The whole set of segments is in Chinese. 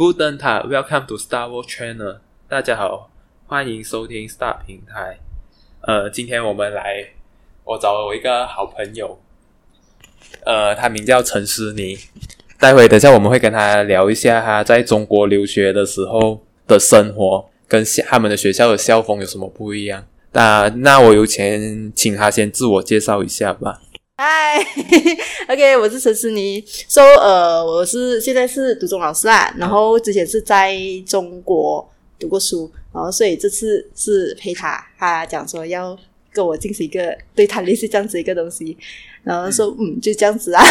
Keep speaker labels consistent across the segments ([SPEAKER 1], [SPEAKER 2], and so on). [SPEAKER 1] Guten Tag，Welcome to Star World Channel。大家好，欢迎收听 Star 平台。呃，今天我们来，我找了我一个好朋友，呃，他名叫陈思妮。待会等一下我们会跟他聊一下他在中国留学的时候的生活，跟校他们的学校的校风有什么不一样。那那我有请请他先自我介绍一下吧。
[SPEAKER 2] 嗨 ，OK，我是陈思妮。So，呃，我是现在是读中老师啦，然后之前是在中国读过书，然后所以这次是陪他，他讲说要跟我进行一个对谈，类似这样子一个东西，然后说嗯，就这样子啊。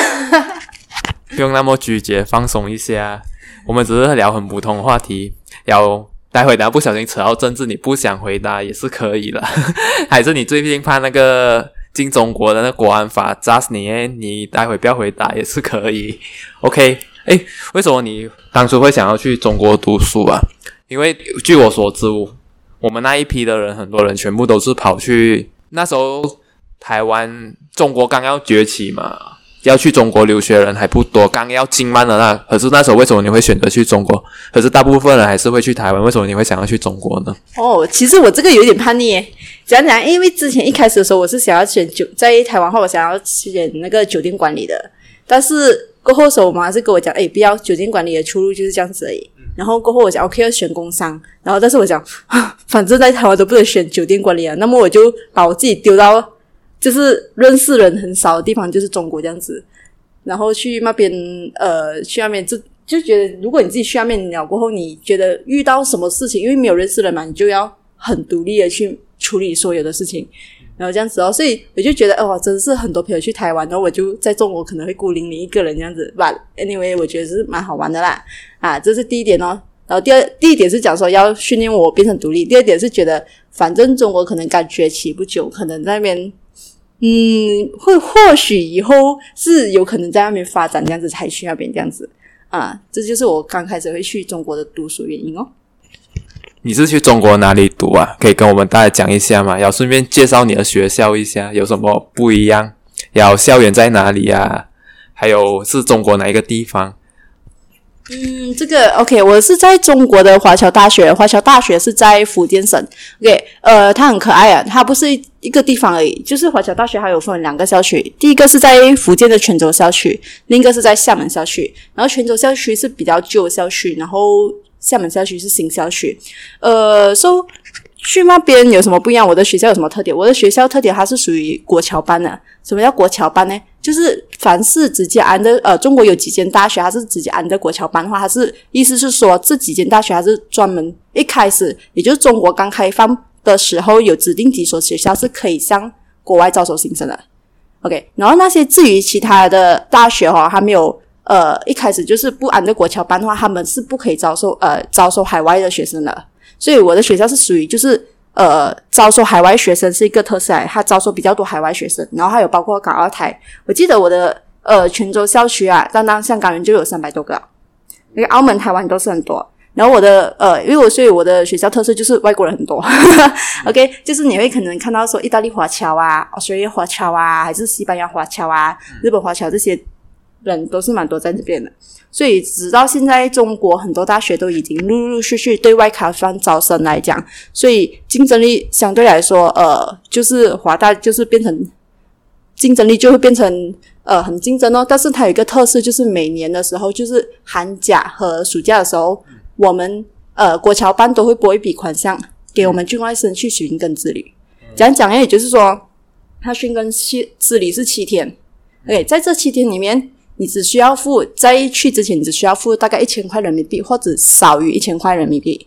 [SPEAKER 1] 不用那么拘谨，放松一下。我们只是聊很普通的话题，聊待会等下不小心扯到政治，你不想回答也是可以的。 还是你最近怕那个进中国的那国安法扎死你耶，你待会不要回答也是可以。OK，哎，为什么你当初会想要去中国读书啊？因为据我所知，我们那一批的人，很多人全部都是跑去那时候台湾中国刚要崛起嘛，要去中国留学的人还不多，刚要进曼的那，可是那时候为什么你会选择去中国？可是大部分人还是会去台湾，为什么你会想要去中国呢？
[SPEAKER 2] 哦，其实我这个有点叛逆耶。讲讲，因为之前一开始的时候，我是想要选酒，在台湾话我想要选那个酒店管理的，但是过后的时候，我妈是跟我讲，哎，不要，酒店管理的出路就是这样子而已。然后过后我讲 OK 要选工商，然后但是我讲，啊反正在台湾都不能选酒店管理啊，那么我就把我自己丢到就是认识人很少的地方，就是中国这样子，然后去那边呃去那边就就觉得，如果你自己去那边聊过后，你觉得遇到什么事情，因为没有认识人嘛，你就要很独立的去处理所有的事情，然后这样子哦，所以我就觉得，哦，真的是很多朋友去台湾，然后我就在中国可能会孤零零一个人这样子吧。But anyway，我觉得是蛮好玩的啦，啊，这是第一点哦。然后第二第一点是讲说要训练我变成独立，第二点是觉得反正中国可能刚崛起不久，可能在那边嗯，会或许以后是有可能在那边发展，这样子才去那边这样子啊，这就是我刚开始会去中国的读书原因哦。
[SPEAKER 1] 你是去中国哪里读啊？可以跟我们大家讲一下吗？要顺便介绍你的学校一下，有什么不一样？要校园在哪里啊？还有是中国哪一个地方？
[SPEAKER 2] 嗯，这个 OK，我是在中国的华侨大学，华侨大学是在福建省。OK，呃，它很可爱啊，它不是一个地方而已，就是华侨大学还有分两个校区，第一个是在福建的泉州校区，另一个是在厦门校区。然后泉州校区是比较旧的校区，然后厦门校区是新校区。呃，so 去那边有什么不一样？我的学校有什么特点？我的学校特点它是属于国侨班的。什么叫国侨班呢？就是凡是直接安的，呃，中国有几间大学它是直接安的国侨班的话，它是意思是说这几间大学它是专门一开始，也就是中国刚开放的时候，有指定几所学校是可以向国外招收新生的。OK，然后那些至于其他的大学哈、哦，还没有呃一开始就是不安的国侨班的话，他们是不可以招收呃招收海外的学生的。所以我的学校是属于就是呃招收海外学生是一个特色来，它招收比较多海外学生，然后还有包括港澳台。我记得我的呃泉州校区啊，单单香港人就有三百多个，那个澳门、台湾都是很多。然后我的呃，因为我所以我的学校特色就是外国人很多 ，OK，就是你会可能看到说意大利华侨啊、澳大利亚华侨啊，还是西班牙华侨啊、日本华侨这些人都是蛮多在这边的。所以直到现在，中国很多大学都已经陆陆续续对外开放招生来讲，所以竞争力相对来说，呃，就是华大就是变成竞争力就会变成呃很竞争哦。但是它有一个特色，就是每年的时候，就是寒假和暑假的时候，我们呃国侨班都会拨一笔款项给我们境外生去寻根之旅。讲讲呢，也就是说，他寻根七之旅是七天。OK，在这七天里面，你只需要付在去之前，你只需要付大概一千块人民币，或者少于一千块人民币，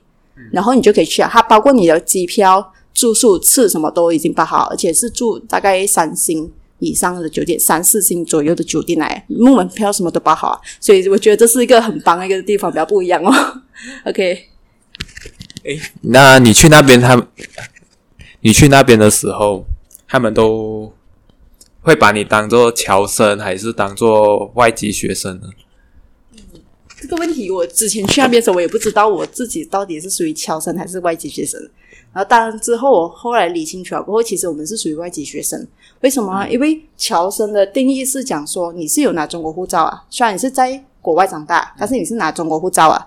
[SPEAKER 2] 然后你就可以去啊了。它包括你的机票、住宿、吃什么都已经包好，而且是住大概三星以上的酒店，三四星左右的酒店来，入门票什么都包好啊。所以我觉得这是一个很棒的一个地方，比较不一样哦。OK，
[SPEAKER 1] 那你去那边他，们，你去那边的时候，他们都会把你当做侨生，还是当做外籍学生呢？
[SPEAKER 2] 这个问题我之前去那边的时候，我也不知道我自己到底是属于侨生还是外籍学生。然后当然之后，我后来理清楚了过后，其实我们是属于外籍学生。为什么啊？因为侨生的定义是讲说你是有拿中国护照啊，虽然你是在国外长大，但是你是拿中国护照啊。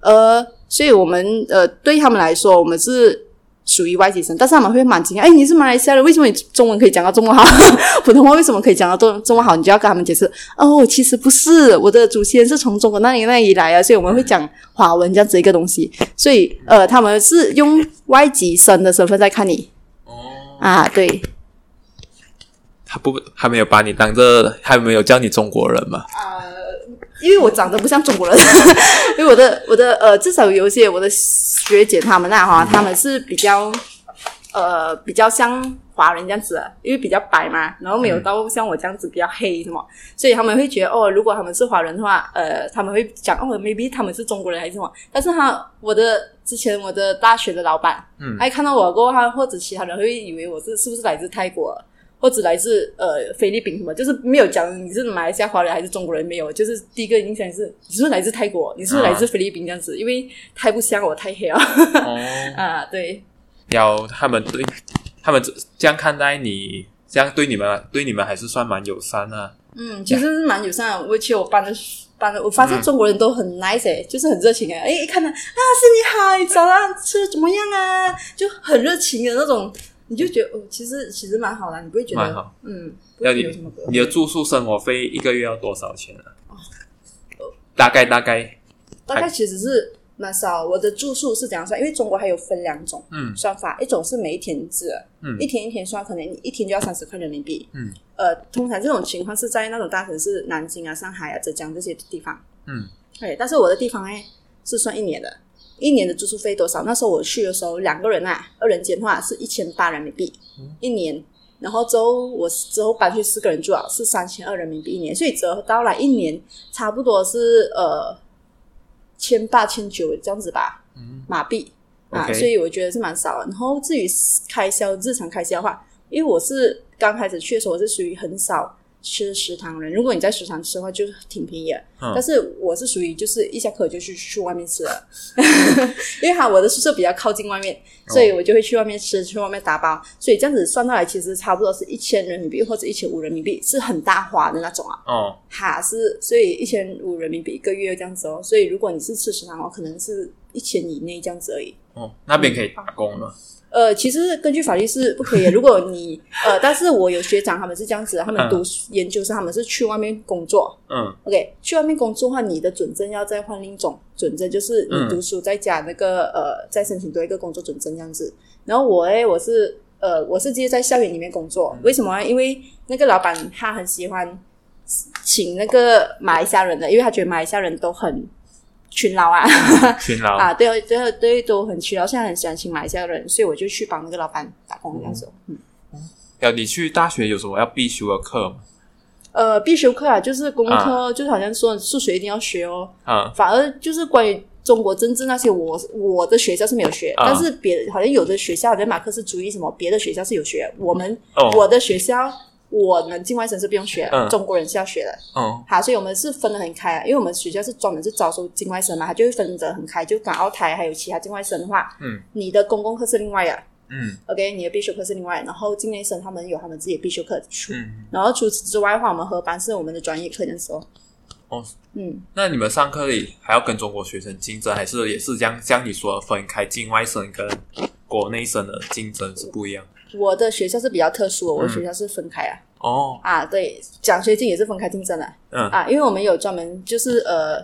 [SPEAKER 2] 呃，所以我们呃对他们来说，我们是属于外籍生，但是他们会蛮惊讶，哎，你是马来西亚人，为什么你中文可以讲到这么好， 普通话为什么可以讲到这这么好？你就要跟他们解释，哦，其实不是，我的祖先是从中国那里那里来啊，所以我们会讲华文这样子一个东西，所以呃，他们是用外籍生的身份在看你
[SPEAKER 1] 哦，
[SPEAKER 2] 啊，对
[SPEAKER 1] 他不还没有把你当这，还没有叫你中国人嘛？
[SPEAKER 2] 啊。因为我长得不像中国人， 因为我的我的呃，至少有一些我的学姐她们那啊哈，她们是比较呃比较像华人这样子的，因为比较白嘛，然后没有到像我这样子比较黑什么，所以他们会觉得哦，如果他们是华人的话，呃，他们会讲哦，maybe 他们是中国人还是什么。但是他我的之前我的大学的老板，
[SPEAKER 1] 嗯
[SPEAKER 2] 他一看到我过后，他或者其他人会以为我是是不是来自泰国。或者来自呃菲律宾什么，就是没有讲你是马来西亚华人还是中国人，没有，就是第一个印象是你是不是来自泰国，你是不是来自菲律宾这样子，因为太不像我，太黑了
[SPEAKER 1] 哦，
[SPEAKER 2] 啊，对，
[SPEAKER 1] 要他们对他们这样看待你，这样对你们对你们还是算蛮友善啊。
[SPEAKER 2] 嗯，其实是蛮友善的。我去我班的班的，我发现中国人都很
[SPEAKER 1] 嗯
[SPEAKER 2] nice 哎、就是很热情哎、诶哎，一看到啊是你好，你早上吃得怎么样啊？就很热情的那种，你就觉得哦，其实其实蛮好的，你不会觉
[SPEAKER 1] 蛮
[SPEAKER 2] 得
[SPEAKER 1] 好
[SPEAKER 2] 嗯，不
[SPEAKER 1] 要
[SPEAKER 2] 会
[SPEAKER 1] 你
[SPEAKER 2] 有什么隔阂
[SPEAKER 1] 你的住宿生活费一个月要多少钱啊？
[SPEAKER 2] 哦
[SPEAKER 1] 大概大概，
[SPEAKER 2] 大概其实是蛮少。我的住宿是怎样算？因为中国还有分两种
[SPEAKER 1] 嗯
[SPEAKER 2] 算法，一种是每一天制，
[SPEAKER 1] 嗯
[SPEAKER 2] 一天一天算，可能你一天就要三十块人民币。
[SPEAKER 1] 嗯，
[SPEAKER 2] 呃，通常这种情况是在那种大城市，南京啊、上海啊、浙江这些地方。
[SPEAKER 1] 嗯
[SPEAKER 2] 对，但是我的地方哎是算一年的，一年的住宿费多少？那时候我去的时候，两个人啊，二人间的话是一千八人民币
[SPEAKER 1] 嗯
[SPEAKER 2] 一年。然后之后我之后搬去四个人住啊，是三千二人民币一年，所以折合到来一年差不多是呃千八千九这样子吧，
[SPEAKER 1] 嗯
[SPEAKER 2] 马币啊
[SPEAKER 1] OK
[SPEAKER 2] 所以我觉得是蛮少的。然后至于开销，日常开销的话，因为我是刚开始去的时候，我是属于很少吃食堂人。如果你在食堂吃的话，就挺便宜的。
[SPEAKER 1] 嗯
[SPEAKER 2] 但是我是属于就是一下课就去去外面吃了， 因为哈我的宿舍比较靠近外面，所以我就会去外面吃，去外面打包。所以这样子算下来，其实差不多是一千人民币或者一千五人民币，是很大花的那种啊。
[SPEAKER 1] 哦，
[SPEAKER 2] 哈是，所以一千五人民币一个月这样子哦。所以如果你是吃食堂哦，可能是一千以内这样子而已。
[SPEAKER 1] 哦，那边可以打工吗？
[SPEAKER 2] 呃，其实根据法律是不可以的。如果你呃，但是我有学长他们是这样子的，他们
[SPEAKER 1] 嗯
[SPEAKER 2] 读书研究生，他们是去外面工作。
[SPEAKER 1] 嗯
[SPEAKER 2] OK，去外面工作的话，你的准证要再换另一种准证，就是
[SPEAKER 1] 嗯
[SPEAKER 2] 你读书再加那个、呃，再申请多一个工作准证这样子。然后我诶，我是呃，我是直接在校园里面工作，为什么啊？因为那个老板他很喜欢请那个马来西亚人的，因为他觉得马来西亚人都很勤劳啊。
[SPEAKER 1] 勤劳。
[SPEAKER 2] 啊，对对对，都很勤劳，现在很喜欢请马来西亚人，所以我就去帮那个老板打工这样子。嗯，
[SPEAKER 1] 要你去大学有什么要必修的课吗？
[SPEAKER 2] 呃，必修课啊，就是功课，就是好像说数学一定要学哦。
[SPEAKER 1] 啊，
[SPEAKER 2] 反而就是关于中国政治那些我，我的学校是没有学，
[SPEAKER 1] 啊
[SPEAKER 2] 但是别的好像有的学校，好像马克思主义什么，别的学校是有学。我们、
[SPEAKER 1] 哦
[SPEAKER 2] 我的学校，我们境外生是不用学，
[SPEAKER 1] 嗯
[SPEAKER 2] 中国人是要学的。
[SPEAKER 1] 哦，
[SPEAKER 2] 好，所以我们是分得很开啊，因为我们学校是专门是招收境外生嘛，它就会分得很开，就港澳台还有其他境外生的话，
[SPEAKER 1] 嗯，
[SPEAKER 2] 你的公共课是另外的、
[SPEAKER 1] 嗯
[SPEAKER 2] OK，你的必修课是另外，然后境内生他们有他们自己的必修课出，
[SPEAKER 1] 嗯，
[SPEAKER 2] 然后除此之外的话，我们合班是我们的专业课的时候，
[SPEAKER 1] 哦，
[SPEAKER 2] 嗯，
[SPEAKER 1] 那你们上课里还要跟中国学生竞争，还是也是像像你说的分开境外生跟国内生的竞争是不一样？
[SPEAKER 2] 我的学校是比较特殊的，我的学校是分开啊，
[SPEAKER 1] 哦，
[SPEAKER 2] 啊，对，奖学金也是分开竞争的
[SPEAKER 1] 嗯
[SPEAKER 2] 啊，因为我们有专门就是呃，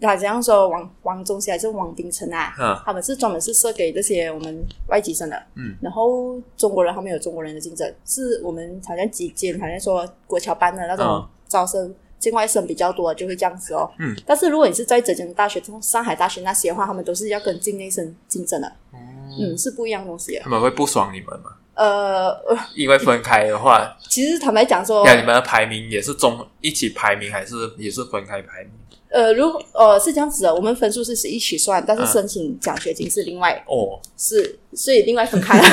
[SPEAKER 2] 他这样说王王中西还是王冰城啊，
[SPEAKER 1] 哈，
[SPEAKER 2] 他们是专门是设给这些我们外籍生的，
[SPEAKER 1] 嗯，
[SPEAKER 2] 然后中国人他们有中国人的竞争，是我们好像几间好像说国侨班的那种
[SPEAKER 1] 嗯
[SPEAKER 2] 招生。境外生比较多，就会这样子哦。
[SPEAKER 1] 嗯，
[SPEAKER 2] 但是如果你是在浙江大学、从上海大学那些的话，他们都是要跟境内生竞争的，嗯，是不一样的东西的。
[SPEAKER 1] 他们会不爽你们吗？
[SPEAKER 2] 呃，呃
[SPEAKER 1] 因为分开的话，
[SPEAKER 2] 其实坦白讲说，
[SPEAKER 1] 那你们的排名也是中一起排名，还是也是分开排名？
[SPEAKER 2] 呃，如果呃是这样子的，我们分数是是一起算，但是
[SPEAKER 1] 嗯
[SPEAKER 2] 申请奖学金是另外
[SPEAKER 1] 哦，
[SPEAKER 2] 是，所以另外 分开了。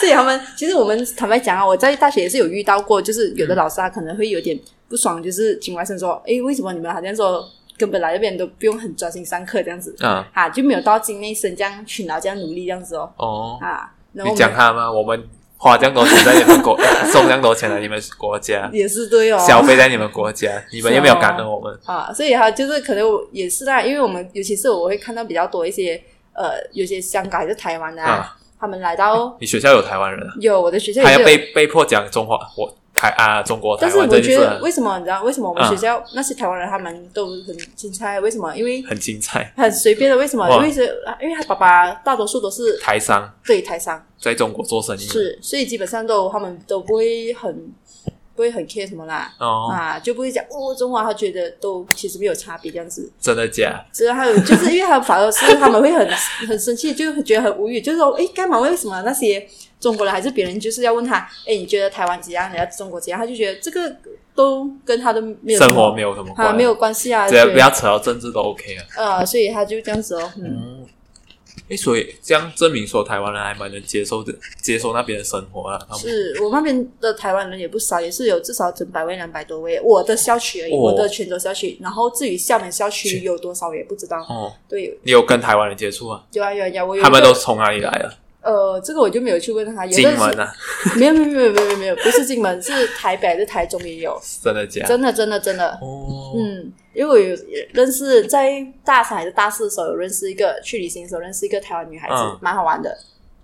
[SPEAKER 2] 所以他们其实我们坦白讲啊，我在大学也是有遇到过，就是有的老师他啊可能会有点不爽，就是请外生说，诶，为什么你们好像说根本来这边都不用很专心上课这样子
[SPEAKER 1] 嗯，
[SPEAKER 2] 啊，就没有到境内生这样勤劳这样努力这样子哦
[SPEAKER 1] 哦，
[SPEAKER 2] 啊。然后
[SPEAKER 1] 你
[SPEAKER 2] 我
[SPEAKER 1] 讲
[SPEAKER 2] 们
[SPEAKER 1] 他吗？我们花这样多钱在你们国， 送这样多钱来你们国家，
[SPEAKER 2] 也是 对哦。
[SPEAKER 1] 消费在你们国家，你们
[SPEAKER 2] 是
[SPEAKER 1] 又没有
[SPEAKER 2] 哦
[SPEAKER 1] 感恩我们，
[SPEAKER 2] 啊，所以哈，就是可能我也是啦，因为我们尤其是我会看到比较多一些呃，有些香港还是台湾的、
[SPEAKER 1] 啊
[SPEAKER 2] 他们来到
[SPEAKER 1] 你学校有台湾人啊，
[SPEAKER 2] 有我的学校
[SPEAKER 1] 他
[SPEAKER 2] 也
[SPEAKER 1] 要
[SPEAKER 2] 是有，
[SPEAKER 1] 被被迫讲中华，我台啊中国台
[SPEAKER 2] 但是
[SPEAKER 1] 湾，
[SPEAKER 2] 我
[SPEAKER 1] 这就
[SPEAKER 2] 觉
[SPEAKER 1] 是
[SPEAKER 2] 得
[SPEAKER 1] 很
[SPEAKER 2] 为什么你知道为什么我们
[SPEAKER 1] 啊
[SPEAKER 2] 学校、那些台湾人他们都很精彩？为什么？因为
[SPEAKER 1] 很精彩。
[SPEAKER 2] 很随便的，为什么？
[SPEAKER 1] 哇
[SPEAKER 2] 因为是因为他爸爸大多数都是
[SPEAKER 1] 台商
[SPEAKER 2] 对台商，
[SPEAKER 1] 在中国做生意
[SPEAKER 2] 是，所以基本上都他们都不会很不会很 care 什么啦。
[SPEAKER 1] 哦，
[SPEAKER 2] 啊，就不会讲哦，中华他觉得都其实没有差别这样子，
[SPEAKER 1] 真的假？
[SPEAKER 2] 只是还有 就是因为他们反而是他们会很很生气，就觉得很无语，就是说，诶，干嘛为什么那些中国人还是别人就是要问他，诶，你觉得台湾怎样，人家中国怎样？他就觉得这个都跟他都没有什么
[SPEAKER 1] 生活没有什么
[SPEAKER 2] 啊
[SPEAKER 1] 关，
[SPEAKER 2] 没有关系啊，
[SPEAKER 1] 只要
[SPEAKER 2] 对
[SPEAKER 1] 不要扯到政治都 OK 啊。
[SPEAKER 2] 呃，所以他就这样子哦，嗯，
[SPEAKER 1] 嗯，诶，所以这样证明说台湾人还蛮能接受的，接受那边的生活啊。他们
[SPEAKER 2] 是我那边的台湾人也不少，也是有至少整百位、两百多位，我的校区而已，
[SPEAKER 1] 哦
[SPEAKER 2] 我的泉州校区，然后至于厦门校区
[SPEAKER 1] 是
[SPEAKER 2] 有多少我也不知道，
[SPEAKER 1] 哦，
[SPEAKER 2] 对，
[SPEAKER 1] 你有跟台湾人接触啊？
[SPEAKER 2] 有啊有啊有啊，我有一
[SPEAKER 1] 他们
[SPEAKER 2] 个
[SPEAKER 1] 都是从哪里来的？
[SPEAKER 2] 呃，这个我就没有去问他，有
[SPEAKER 1] 金
[SPEAKER 2] 的是
[SPEAKER 1] 门啊，
[SPEAKER 2] 没有没有没有没有没有没有，不是金门，是台北还是台中也有，
[SPEAKER 1] 真的假？
[SPEAKER 2] 真的真的真的，
[SPEAKER 1] 哦，
[SPEAKER 2] 嗯，因为我有认识在大三还是大四的时候有认识一个去旅行的时候认识一个台湾女孩子，
[SPEAKER 1] 嗯
[SPEAKER 2] 蛮好玩的。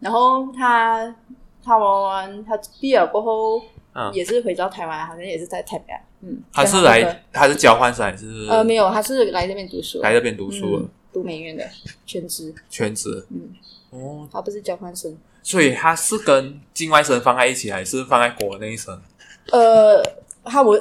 [SPEAKER 2] 然后她她玩完她毕业了过后、
[SPEAKER 1] 嗯
[SPEAKER 2] 也是回到台湾，好像也是在台北啊，嗯，
[SPEAKER 1] 他是
[SPEAKER 2] 跟她哥
[SPEAKER 1] 来他是交换生还是
[SPEAKER 2] 哥呃没有，她是来这边读书，
[SPEAKER 1] 来这边读书
[SPEAKER 2] 嗯
[SPEAKER 1] 的
[SPEAKER 2] 读美院的全职，
[SPEAKER 1] 全职？
[SPEAKER 2] 嗯，
[SPEAKER 1] 哦，
[SPEAKER 2] 她不是交换生。
[SPEAKER 1] 所以他是跟境外生放在一起，还是放在国内生
[SPEAKER 2] 呃，他我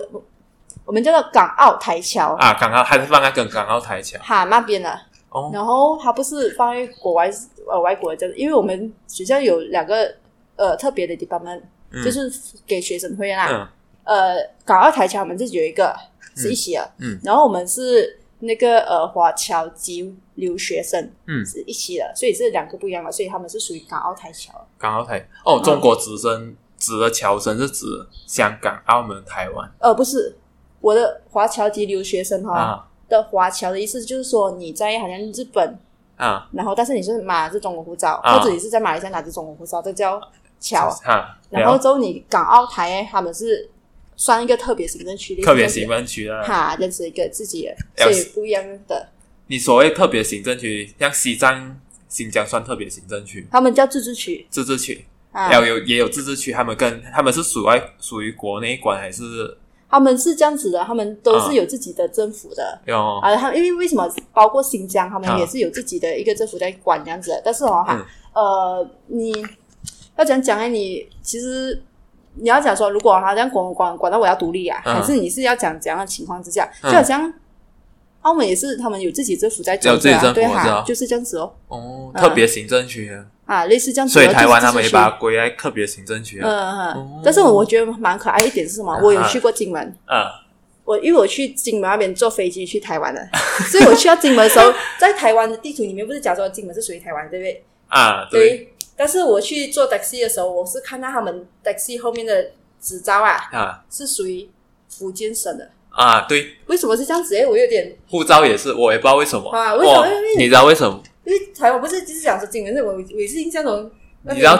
[SPEAKER 2] 我们叫做港澳台侨，
[SPEAKER 1] 啊？港澳还是放在跟港澳台桥？
[SPEAKER 2] 哈那边的。
[SPEAKER 1] 哦，
[SPEAKER 2] 然后他不是放在国外呃外国的这样子，因为我们学校有两个呃特别的 department，、
[SPEAKER 1] 嗯
[SPEAKER 2] 就是给学生会啦。
[SPEAKER 1] 嗯，
[SPEAKER 2] 呃，港澳台侨我们自己有一个是一起的，
[SPEAKER 1] 嗯
[SPEAKER 2] 然后我们是那个呃华侨及留学生，
[SPEAKER 1] 嗯
[SPEAKER 2] 是一起的，所以是两个不一样的，所以他们是属于港澳台侨。
[SPEAKER 1] 港澳台
[SPEAKER 2] 嗯
[SPEAKER 1] 哦，中国直升指的侨生是指香港、澳门、台湾
[SPEAKER 2] 呃，不是我的华侨及留学生哈、
[SPEAKER 1] 啊
[SPEAKER 2] 的华侨的意思就是说你在好像日本
[SPEAKER 1] 啊
[SPEAKER 2] 然后但是你是拿着中国护照，
[SPEAKER 1] 啊
[SPEAKER 2] 或者你是在马来西亚拿着中国护照，这叫侨。
[SPEAKER 1] 啊，
[SPEAKER 2] 然后
[SPEAKER 1] 了
[SPEAKER 2] 之后你港澳台他们是算一个特别行政区，类似
[SPEAKER 1] 特别
[SPEAKER 2] 这
[SPEAKER 1] 行
[SPEAKER 2] 样子
[SPEAKER 1] 政区啊，
[SPEAKER 2] 哈，这样子一个自己的，
[SPEAKER 1] 了
[SPEAKER 2] 所
[SPEAKER 1] 解
[SPEAKER 2] 以不一样的。
[SPEAKER 1] 你所谓特别行政区，像西藏、新疆算特别行政区、
[SPEAKER 2] 他们叫自治区
[SPEAKER 1] 自治区，
[SPEAKER 2] 啊
[SPEAKER 1] 然，后有也有自治区，他们跟他们是属外属于国内管还是
[SPEAKER 2] 他们是这样子的，他们都
[SPEAKER 1] 啊
[SPEAKER 2] 是有自己的政府的。
[SPEAKER 1] 要
[SPEAKER 2] 啊，他们因为为什么包括新疆，他
[SPEAKER 1] 啊
[SPEAKER 2] 们也是有自己的一个政府在管这样子的。但是哦哈
[SPEAKER 1] 嗯，
[SPEAKER 2] 呃，你要讲讲哎，你其实你要讲说，如果哈这样管管管到我要独立啊，
[SPEAKER 1] 嗯
[SPEAKER 2] 还是你是要讲怎样的情况之下，
[SPEAKER 1] 嗯
[SPEAKER 2] 就好像澳门也是他们有自己政府在
[SPEAKER 1] 有
[SPEAKER 2] 管
[SPEAKER 1] 自己
[SPEAKER 2] 的啊，
[SPEAKER 1] 政府
[SPEAKER 2] 对
[SPEAKER 1] 我知
[SPEAKER 2] 哈
[SPEAKER 1] 道，
[SPEAKER 2] 就是这样子哦，
[SPEAKER 1] 哦
[SPEAKER 2] 啊
[SPEAKER 1] 特别行政区啊，
[SPEAKER 2] 啊，类似这样子
[SPEAKER 1] 所
[SPEAKER 2] 的。
[SPEAKER 1] 以台湾
[SPEAKER 2] 就是
[SPEAKER 1] 他们也
[SPEAKER 2] 自治区
[SPEAKER 1] 把它归在特别行政区啊，
[SPEAKER 2] 嗯
[SPEAKER 1] 哦
[SPEAKER 2] 嗯，但是我觉得蛮可爱一点是什么？我有
[SPEAKER 1] 啊
[SPEAKER 2] 去过金门，
[SPEAKER 1] 啊
[SPEAKER 2] 我因为我去金门那边坐飞机去台湾的， 所以我去到金门的 时候，在台湾的地图里面不是讲说金门是属于台湾，对不对？
[SPEAKER 1] 啊，对
[SPEAKER 2] 但是我去坐 taxi 的时候，我是看到他们 taxi 后面的执照啊，
[SPEAKER 1] 啊
[SPEAKER 2] 是属于福建省的。
[SPEAKER 1] 啊对，
[SPEAKER 2] 为什么是这样子？哎，我有点，
[SPEAKER 1] 护照也是，我也不知道为什么，
[SPEAKER 2] 啊为什么
[SPEAKER 1] 哇
[SPEAKER 2] 因为
[SPEAKER 1] 你知道为什么？
[SPEAKER 2] 因为台湾不是就是讲说金门是我我也是印象中，
[SPEAKER 1] 你知道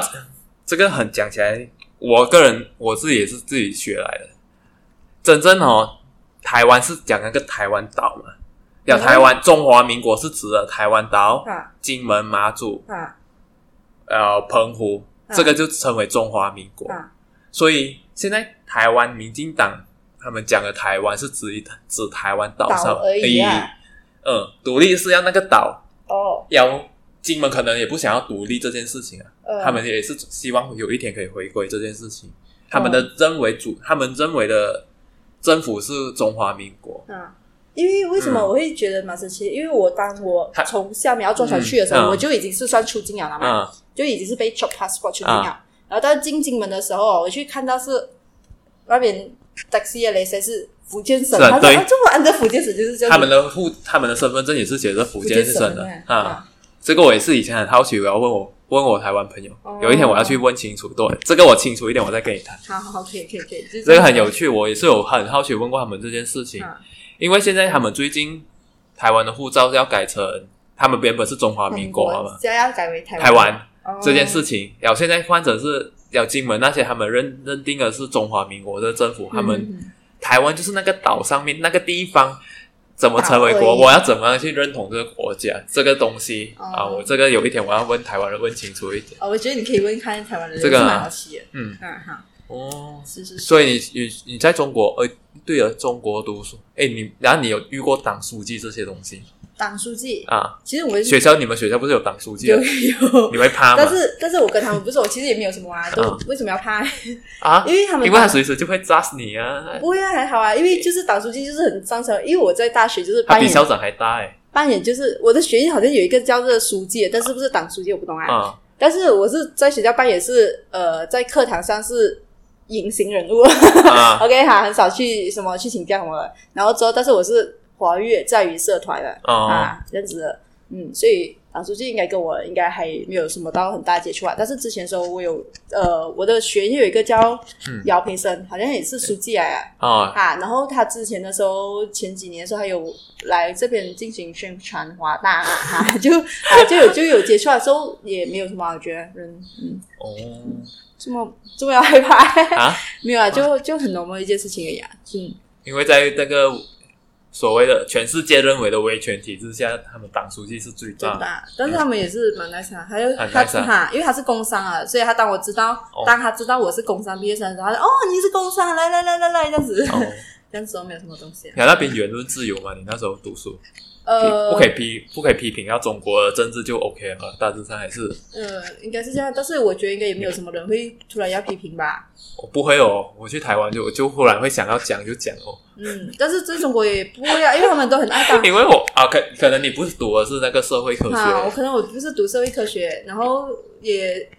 [SPEAKER 1] 这个很讲起来，我个人我自己也是自己学来的。真正哦，台湾是讲那个台湾岛嘛，讲
[SPEAKER 2] 嗯
[SPEAKER 1] 台湾中华民国是指的台湾岛、
[SPEAKER 2] 啊
[SPEAKER 1] 金门、马祖、
[SPEAKER 2] 啊
[SPEAKER 1] 呃澎湖，
[SPEAKER 2] 嗯
[SPEAKER 1] 这个就称为中华民国。
[SPEAKER 2] 啊
[SPEAKER 1] 所以现在台湾民进党他们讲的台湾是指一指台湾岛上
[SPEAKER 2] 岛而已啊，
[SPEAKER 1] 嗯，独立是要那个岛，
[SPEAKER 2] 哦，
[SPEAKER 1] 要金门可能也不想要独立这件事情啊。
[SPEAKER 2] 呃，
[SPEAKER 1] 他们也是希望有一天可以回归这件事情。他们的认为主，他们认为的政府是中华民国。
[SPEAKER 2] 啊，因为为什么
[SPEAKER 1] 嗯
[SPEAKER 2] 我会觉得蛮神奇？因为我当我
[SPEAKER 1] 他
[SPEAKER 2] 从厦门要坐船去的时候，
[SPEAKER 1] 嗯嗯
[SPEAKER 2] 我就已经是算出境了嘛，
[SPEAKER 1] 嗯
[SPEAKER 2] 就已经是被 chop passport 出境了。然后到进金门的时候，我去看到是那边 taxi 的雷声是福建省，
[SPEAKER 1] 是啊
[SPEAKER 2] 他说
[SPEAKER 1] 对
[SPEAKER 2] 啊，这么按的福建省就是这样子，
[SPEAKER 1] 他们的户，他们的身份证也是写着福
[SPEAKER 2] 福
[SPEAKER 1] 建
[SPEAKER 2] 建
[SPEAKER 1] 省的
[SPEAKER 2] 的
[SPEAKER 1] 啊。，这个我也是以前很好奇，我要问我问我台湾朋友
[SPEAKER 2] 哦，
[SPEAKER 1] 有一天我要去问清楚。对，这个我清楚一点，我再跟你谈。
[SPEAKER 2] 好好好，可以可以可以，就
[SPEAKER 1] 这
[SPEAKER 2] 样
[SPEAKER 1] 个很有趣，我也是有很好奇问过他们这件事情
[SPEAKER 2] 啊，
[SPEAKER 1] 因为现在他们最近台湾的护照要改成，他们原本是中华民国嘛，
[SPEAKER 2] 现在要改为台
[SPEAKER 1] 台湾
[SPEAKER 2] 哦
[SPEAKER 1] 这件事情，然后现在换成是了金门那些，他们认认定的是中华民国的政府，他
[SPEAKER 2] 嗯
[SPEAKER 1] 们台湾就是那个岛上面那个地方怎么成为
[SPEAKER 3] 岛
[SPEAKER 1] 国，
[SPEAKER 3] 而已
[SPEAKER 1] 我要怎么样去认同这个国家这个东西、啊？
[SPEAKER 2] 哦
[SPEAKER 1] 我这个有一天我要问台湾人问清楚一点。
[SPEAKER 2] 哦，我觉得你可以问看台湾人，
[SPEAKER 1] 这个啊
[SPEAKER 2] 是蛮好奇的。
[SPEAKER 1] 嗯
[SPEAKER 2] 嗯，好，
[SPEAKER 1] 哦，
[SPEAKER 2] 是是是。
[SPEAKER 1] 所以你你你在中国，呃，对了，中国读书，哎，你然后你有遇过党书记这些东西
[SPEAKER 2] 党书记，
[SPEAKER 1] 啊？
[SPEAKER 2] 其实我
[SPEAKER 1] 学校你们学校不是有党书记
[SPEAKER 2] 有
[SPEAKER 1] 的？
[SPEAKER 2] 有，
[SPEAKER 1] 你会怕吗
[SPEAKER 2] 但？是但是我跟他们不是，我其实也没有什么啊，都
[SPEAKER 1] 嗯
[SPEAKER 2] 为什么要怕？
[SPEAKER 1] 啊，
[SPEAKER 2] 因为他们
[SPEAKER 1] 因为他随时就会炸死你啊！
[SPEAKER 2] 不会啊，还好啊，因为就是党书记就是很上层，因为我在大学就是
[SPEAKER 1] 他
[SPEAKER 2] 扮
[SPEAKER 1] 比
[SPEAKER 2] 演
[SPEAKER 1] 校长还大哎、
[SPEAKER 2] 扮演就是我的学校好像有一个叫做书记的，但是不是党书记我不懂啊。
[SPEAKER 1] 啊！
[SPEAKER 2] 但是我是在学校扮演是呃在课堂上是隐形人 物、
[SPEAKER 1] 啊
[SPEAKER 2] o k 哈，很少去什么去请教什么的。然后之后，但是我是活跃在于社团的、
[SPEAKER 1] 哦，
[SPEAKER 2] 啊，这样子的，嗯，所以党书记应该跟我应该还没有什么到很大接触啊。但是之前的时候，我有呃我的学院有一个叫
[SPEAKER 1] 嗯
[SPEAKER 2] 姚培生，好像也是书记来啊。
[SPEAKER 1] 哦，
[SPEAKER 2] 啊，然后他之前的时候，前几年的时候，还有来这边进行宣传华大啊， 就啊就有就有接触的时候，也没有什么，我觉得人嗯
[SPEAKER 1] 哦，
[SPEAKER 2] 这么这么要害怕，
[SPEAKER 1] 啊，
[SPEAKER 2] 没有啊，就就很 normal 的一件事情而已啊，嗯，
[SPEAKER 1] 因为在那个所谓的全世界认为的威权体制下，他们党书记是最
[SPEAKER 2] 真
[SPEAKER 1] 大
[SPEAKER 2] 的
[SPEAKER 1] 的。
[SPEAKER 2] 啊，但是他们也是蛮 nice 啊，还有
[SPEAKER 1] 很
[SPEAKER 2] 他
[SPEAKER 1] nice 啊
[SPEAKER 2] 哈，因为他是工商啊，所以他当我知道
[SPEAKER 1] 哦，
[SPEAKER 2] 当他知道我是工商毕业生的时候，他说哦你是工商，来来来来来这样子，
[SPEAKER 1] 哦，
[SPEAKER 2] 这样子都没有什么东西啊，
[SPEAKER 1] 你那边言论自由嘛？你那时候读书，
[SPEAKER 2] 呃，
[SPEAKER 1] 不可以批，不可以批评到中国的政治就 OK 了，大致上还是
[SPEAKER 2] 呃，应该是这样，但是我觉得应该也没有什么人会突然要批评吧。
[SPEAKER 1] 我不会哦。我去台湾就就忽然会想要讲就讲哦，
[SPEAKER 2] 嗯，但是在中国也不会啊，因为他们都 很爱当
[SPEAKER 1] 因为我啊，可可能你不是读的是那个社会科
[SPEAKER 2] 啊。我
[SPEAKER 1] 学，
[SPEAKER 2] 可能我不是读社会科学，然后也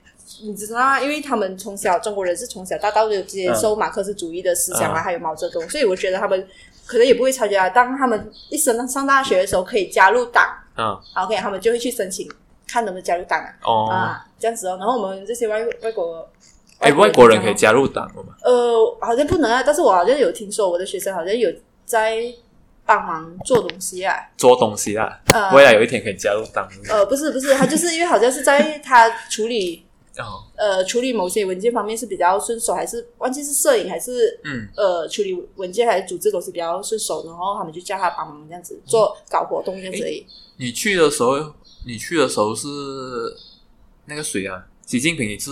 [SPEAKER 2] 你知道啊，因为他们从小中国人是从小到大都有接受马克思主义的思想啊，
[SPEAKER 1] 嗯
[SPEAKER 2] 还有毛泽东，所以我觉得他们可能也不会察觉啊。当他们一升上大学的时候，可以加入党
[SPEAKER 1] 啊，
[SPEAKER 2] ，OK，他们就会去申请，看能不能加入党啊，
[SPEAKER 1] 哦，
[SPEAKER 2] 啊这样子哦。然后我们这些外外国。
[SPEAKER 1] 哎，外国人可以加入党了嘛？
[SPEAKER 2] 呃，好像不能啊，但是我好像有听说我的学生好像有在帮忙做东西啊，
[SPEAKER 1] 做东西啊，
[SPEAKER 2] 呃，
[SPEAKER 1] 未来有一天可以加入党。
[SPEAKER 2] 呃，不是不是，他就是因为好像是在他处理
[SPEAKER 1] 哦，
[SPEAKER 2] 呃处理某些文件方面是比较顺手，还是忘记是摄影还是
[SPEAKER 1] 嗯，
[SPEAKER 2] 呃处理文件还是组织东西比较顺手，然后他们就叫他帮忙这样子做搞活动这样子而已。
[SPEAKER 1] 你去的时候，你去的时候是那个谁啊？习近平，你是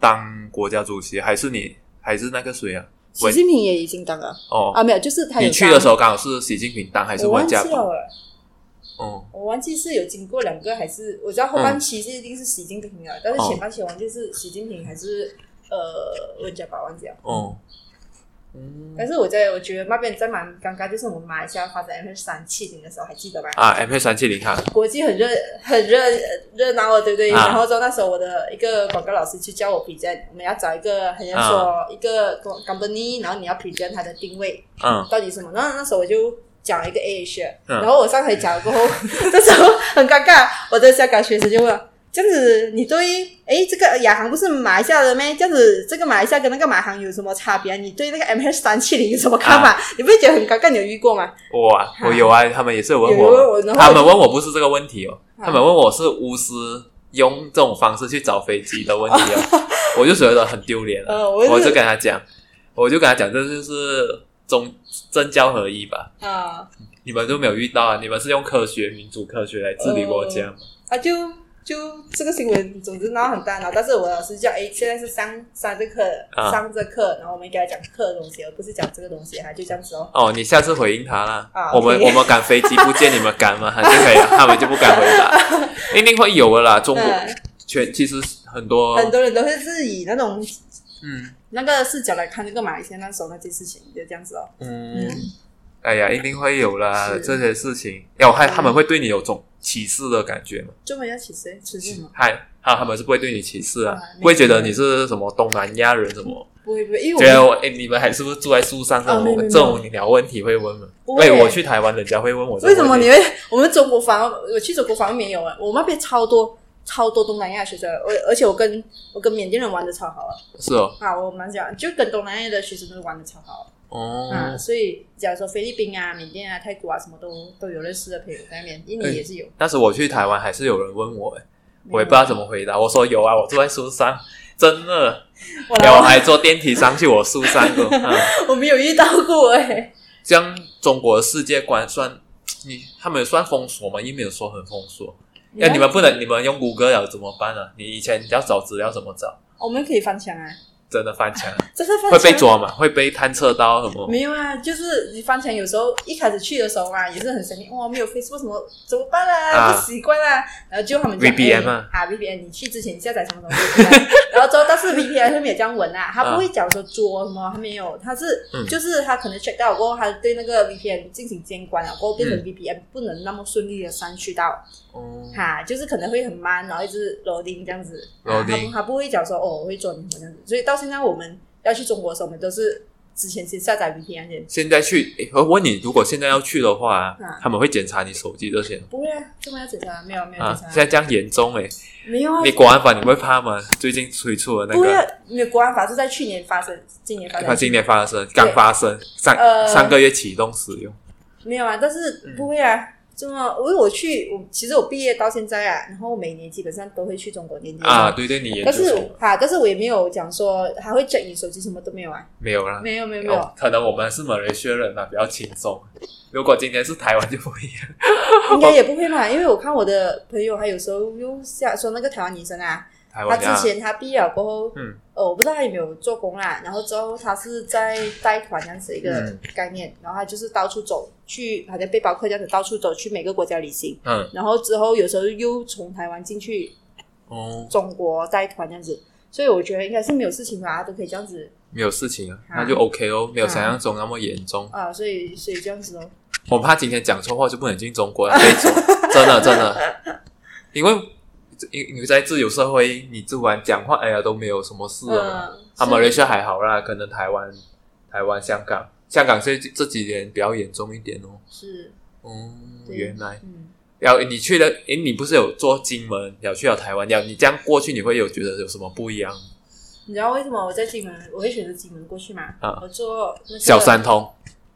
[SPEAKER 1] 当国家主席，还是你还是那个谁啊？
[SPEAKER 2] 习近平也已经当了
[SPEAKER 1] 哦，
[SPEAKER 2] 啊，没有，就是他有
[SPEAKER 1] 你去的时
[SPEAKER 2] 候
[SPEAKER 1] 候刚好是习近平当还是
[SPEAKER 2] 我
[SPEAKER 1] 外
[SPEAKER 2] 忘记
[SPEAKER 1] 加
[SPEAKER 2] 了
[SPEAKER 1] 哦
[SPEAKER 2] 欸，
[SPEAKER 1] 哦
[SPEAKER 2] 我忘记是有经过两个还是我知道后半期是一定是习近平了，但是
[SPEAKER 1] 嗯哦
[SPEAKER 2] 前半期我忘记是习近平还是呃温家宝忘记了。
[SPEAKER 1] 哦，嗯
[SPEAKER 2] 但是我在我觉得那边在蛮尴尬，就是我们马来西亚发展 M 三七零的时候，还记得吗？
[SPEAKER 1] 啊，M 三七零哈，
[SPEAKER 2] 国际很热很热热闹的，对不对？
[SPEAKER 1] 啊
[SPEAKER 2] 然后之后那时候我的一个广告老师就叫我 present，我们要找一个好像
[SPEAKER 1] 啊
[SPEAKER 2] 说一个 company，然后你要 present 它的定位
[SPEAKER 1] 嗯
[SPEAKER 2] 到底什么。然后那时候我就讲了一个 A s
[SPEAKER 1] 嗯
[SPEAKER 2] 然后我上台讲了过后， 这时候很尴尬，我的香港学生就问我。这样子，你对诶这个亚航不是马来西亚的咩？这样子，这个马来西亚跟那个马航有什么差别啊？你对那个 M H 三七零有什么看
[SPEAKER 1] 啊
[SPEAKER 2] 法？你不会觉得很尴尬？你有遇过吗？
[SPEAKER 1] 哇，我有啊，他们也是有问
[SPEAKER 2] 有人问
[SPEAKER 1] 我，
[SPEAKER 2] 我，然后
[SPEAKER 1] 他
[SPEAKER 2] 我
[SPEAKER 1] 们问我不是这个问题哦，
[SPEAKER 2] 啊
[SPEAKER 1] 他们问我是巫师用这种方式去找飞机的问题 哦，我就觉得很丢脸了，
[SPEAKER 2] 呃， 我
[SPEAKER 1] 我
[SPEAKER 2] 是
[SPEAKER 1] 就跟他讲，我就跟他讲，这就是宗政教合一吧。
[SPEAKER 2] 啊、
[SPEAKER 1] 你们都没有遇到啊？你们是用科学、民主科学来治理国家吗？
[SPEAKER 2] 啊，就就这个新闻，总之闹很大闹。但是我老师讲，哎，现在是上上这课，
[SPEAKER 1] 啊
[SPEAKER 2] 上这课，然后我们应该讲课的东西，而不是讲这个东西，哈，就这样子哦。
[SPEAKER 1] 哦，你下次回应他啦。
[SPEAKER 2] 啊
[SPEAKER 1] 我们
[SPEAKER 2] OK
[SPEAKER 1] 我们赶飞机不见你们赶 吗？还是可以啊，他们就不敢回答。一定会有的啦，中国
[SPEAKER 2] 嗯，
[SPEAKER 1] 全其实很多，
[SPEAKER 2] 很多人都会是以那种
[SPEAKER 1] 嗯
[SPEAKER 2] 那个视角来看这个马来西亚那时候那件事情，就这样子哦。
[SPEAKER 1] 嗯
[SPEAKER 2] 嗯，
[SPEAKER 1] 哎呀，一定会有啦
[SPEAKER 2] 是
[SPEAKER 1] 这些事情。要害他们会对你有种歧视的感觉吗？
[SPEAKER 2] 中文要起谁？出现吗？
[SPEAKER 1] 嗨，啊，他们是不会对你歧视啊
[SPEAKER 2] 啊，
[SPEAKER 1] 不会觉得你是什么东南亚人什么，
[SPEAKER 2] 不会不会，因
[SPEAKER 1] 觉
[SPEAKER 2] 为
[SPEAKER 1] 得
[SPEAKER 2] 我
[SPEAKER 1] 我哎你们还是不是住在树上这
[SPEAKER 2] 啊没
[SPEAKER 1] 种
[SPEAKER 2] 有没有
[SPEAKER 1] 这种鸟问题会问吗？
[SPEAKER 2] 不会
[SPEAKER 1] 对，我去台湾，人家会问我这
[SPEAKER 2] 为
[SPEAKER 1] 个
[SPEAKER 2] 什么
[SPEAKER 1] 问题
[SPEAKER 2] 你会？我们中国反而我去中国反而没有啊，我们那边超多超多东南亚学生，我而且我跟我跟缅甸人玩的超好啊，
[SPEAKER 1] 是哦？
[SPEAKER 2] 啊，我蛮喜欢，就跟东南亚的学生都玩的超好啊。
[SPEAKER 1] 哦，
[SPEAKER 2] 啊，所以假如说菲律宾啊、缅甸啊、泰国啊，什么都都有认识的朋友在那边，印尼也是有。
[SPEAKER 1] 但是我去台湾还是有人问我，诶哎我也不知道怎么回答。我说有啊，我住在树上，真的。
[SPEAKER 2] 我
[SPEAKER 1] 然后
[SPEAKER 2] 来
[SPEAKER 1] 还坐电梯上去我树上哦。嗯
[SPEAKER 2] 我没有遇到过哎、
[SPEAKER 1] 这样中国的世界观算你他们有算封锁吗？也没有说很封锁。哎，你们不能，你们用谷歌了怎么办啊？你以前要找资料怎么找？
[SPEAKER 2] 我们可以翻墙啊，
[SPEAKER 1] 真的翻墙啊
[SPEAKER 2] 真的翻墙
[SPEAKER 1] 会被抓吗？会被探测到什么？
[SPEAKER 2] 没有啊，就是你翻墙有时候一开始去的时候啊，也是很神秘，哇，没有 Facebook 什么怎么办啊？
[SPEAKER 1] 啊
[SPEAKER 2] 不习惯啊，然后就他们讲
[SPEAKER 1] VPN
[SPEAKER 2] 哎
[SPEAKER 1] 啊
[SPEAKER 2] 啊 VPN，你去之前下载什么东西，对吧然后之后 但是 VPN 上面有这样文啊，他不会讲说捉什么，他没有，他是、
[SPEAKER 1] 嗯
[SPEAKER 2] 就是他可能 check 到过后，他对那个 VPN 进行监管了，过后变成
[SPEAKER 1] 嗯
[SPEAKER 2] VPN、不能那么顺利的删去到
[SPEAKER 1] 哦
[SPEAKER 2] 哈，就是可能会很慢，然后一直 loading 这样子。
[SPEAKER 1] loading
[SPEAKER 2] 啊他不他不会讲说哦，我会做你什么这样子。所以到现在我们要去中国的时候，我们都是之前先下载 VPN 先。
[SPEAKER 1] 现在去，诶我问你，如果现在要去的话
[SPEAKER 2] 啊，
[SPEAKER 1] 他们会检查你手机这些
[SPEAKER 2] 不会啊，这么要检查？没有没有
[SPEAKER 1] 啊？
[SPEAKER 2] 检
[SPEAKER 1] 现
[SPEAKER 2] 查，
[SPEAKER 1] 在这样严重诶，
[SPEAKER 2] 没有啊
[SPEAKER 1] 你。国安法你会怕吗？ 最近推出的那
[SPEAKER 2] 不会啊
[SPEAKER 1] 个，，
[SPEAKER 2] 没有国安法是在去年发生，今年发
[SPEAKER 1] 它
[SPEAKER 2] 生。
[SPEAKER 1] 今年发生，刚发生，上
[SPEAKER 2] 呃
[SPEAKER 1] 上个月启动使用，
[SPEAKER 2] 没有啊，但是
[SPEAKER 1] 嗯
[SPEAKER 2] 不会啊。这么，因为我去，我其实我毕业到现在啊，然后我每年基本上都会去中国年底
[SPEAKER 1] 啊，，对对，你研究
[SPEAKER 2] 但嗯是
[SPEAKER 1] 所
[SPEAKER 2] 哈，但是我也没有讲说还会 check 你手机，什么都没有啊，
[SPEAKER 1] 没有啦。
[SPEAKER 2] 没有没有没有，
[SPEAKER 1] 哦，可能我们是马来西亚人嘛，比较轻松。如果今天是台湾就不一样。
[SPEAKER 2] 应该也不会嘛，因为我看我的朋友，他有时候又下说那个台湾女生啊，
[SPEAKER 1] 台
[SPEAKER 2] 她
[SPEAKER 1] 湾啊
[SPEAKER 2] 之，前她毕业了过后，
[SPEAKER 1] 嗯，
[SPEAKER 2] 呃，我不知道她有没有做工啦，然后之后她是在带团这样子一个
[SPEAKER 1] 嗯
[SPEAKER 2] 概念，然后她就是到处走，去好像背包客这样子到处走，去每个国家旅行，
[SPEAKER 1] 嗯，
[SPEAKER 2] 然后之后有时候又从台湾进去
[SPEAKER 1] 哦，
[SPEAKER 2] 中国带团这样子，所以我觉得应该是没有事情吧，她都可以这样子
[SPEAKER 1] 没有事情啊，
[SPEAKER 2] 啊
[SPEAKER 1] 那就 OK 哦，没有想象中那么严重。
[SPEAKER 2] 啊，所以所以这样子哦，
[SPEAKER 1] 我怕今天讲错话就不能进中国了，可以走，真的真的，因为因你在自由社会，你自然讲话，哎呀都没有什么事了嘛。
[SPEAKER 2] 嗯，
[SPEAKER 1] 啊，
[SPEAKER 2] 是
[SPEAKER 1] 马来西亚还好啦，可能台湾、台湾、香港、香港这这几年比较严重一点哦。
[SPEAKER 2] 是，
[SPEAKER 1] 哦，
[SPEAKER 2] 对
[SPEAKER 1] 原来。
[SPEAKER 2] 嗯。
[SPEAKER 1] 要你去了，诶，你不是有做金门，要去了台湾，要你这样过去，你会有觉得有什么不一样？
[SPEAKER 2] 你知道为什么我在金门我会选择金门过去吗？
[SPEAKER 1] 啊
[SPEAKER 2] 我坐那个
[SPEAKER 1] 小三通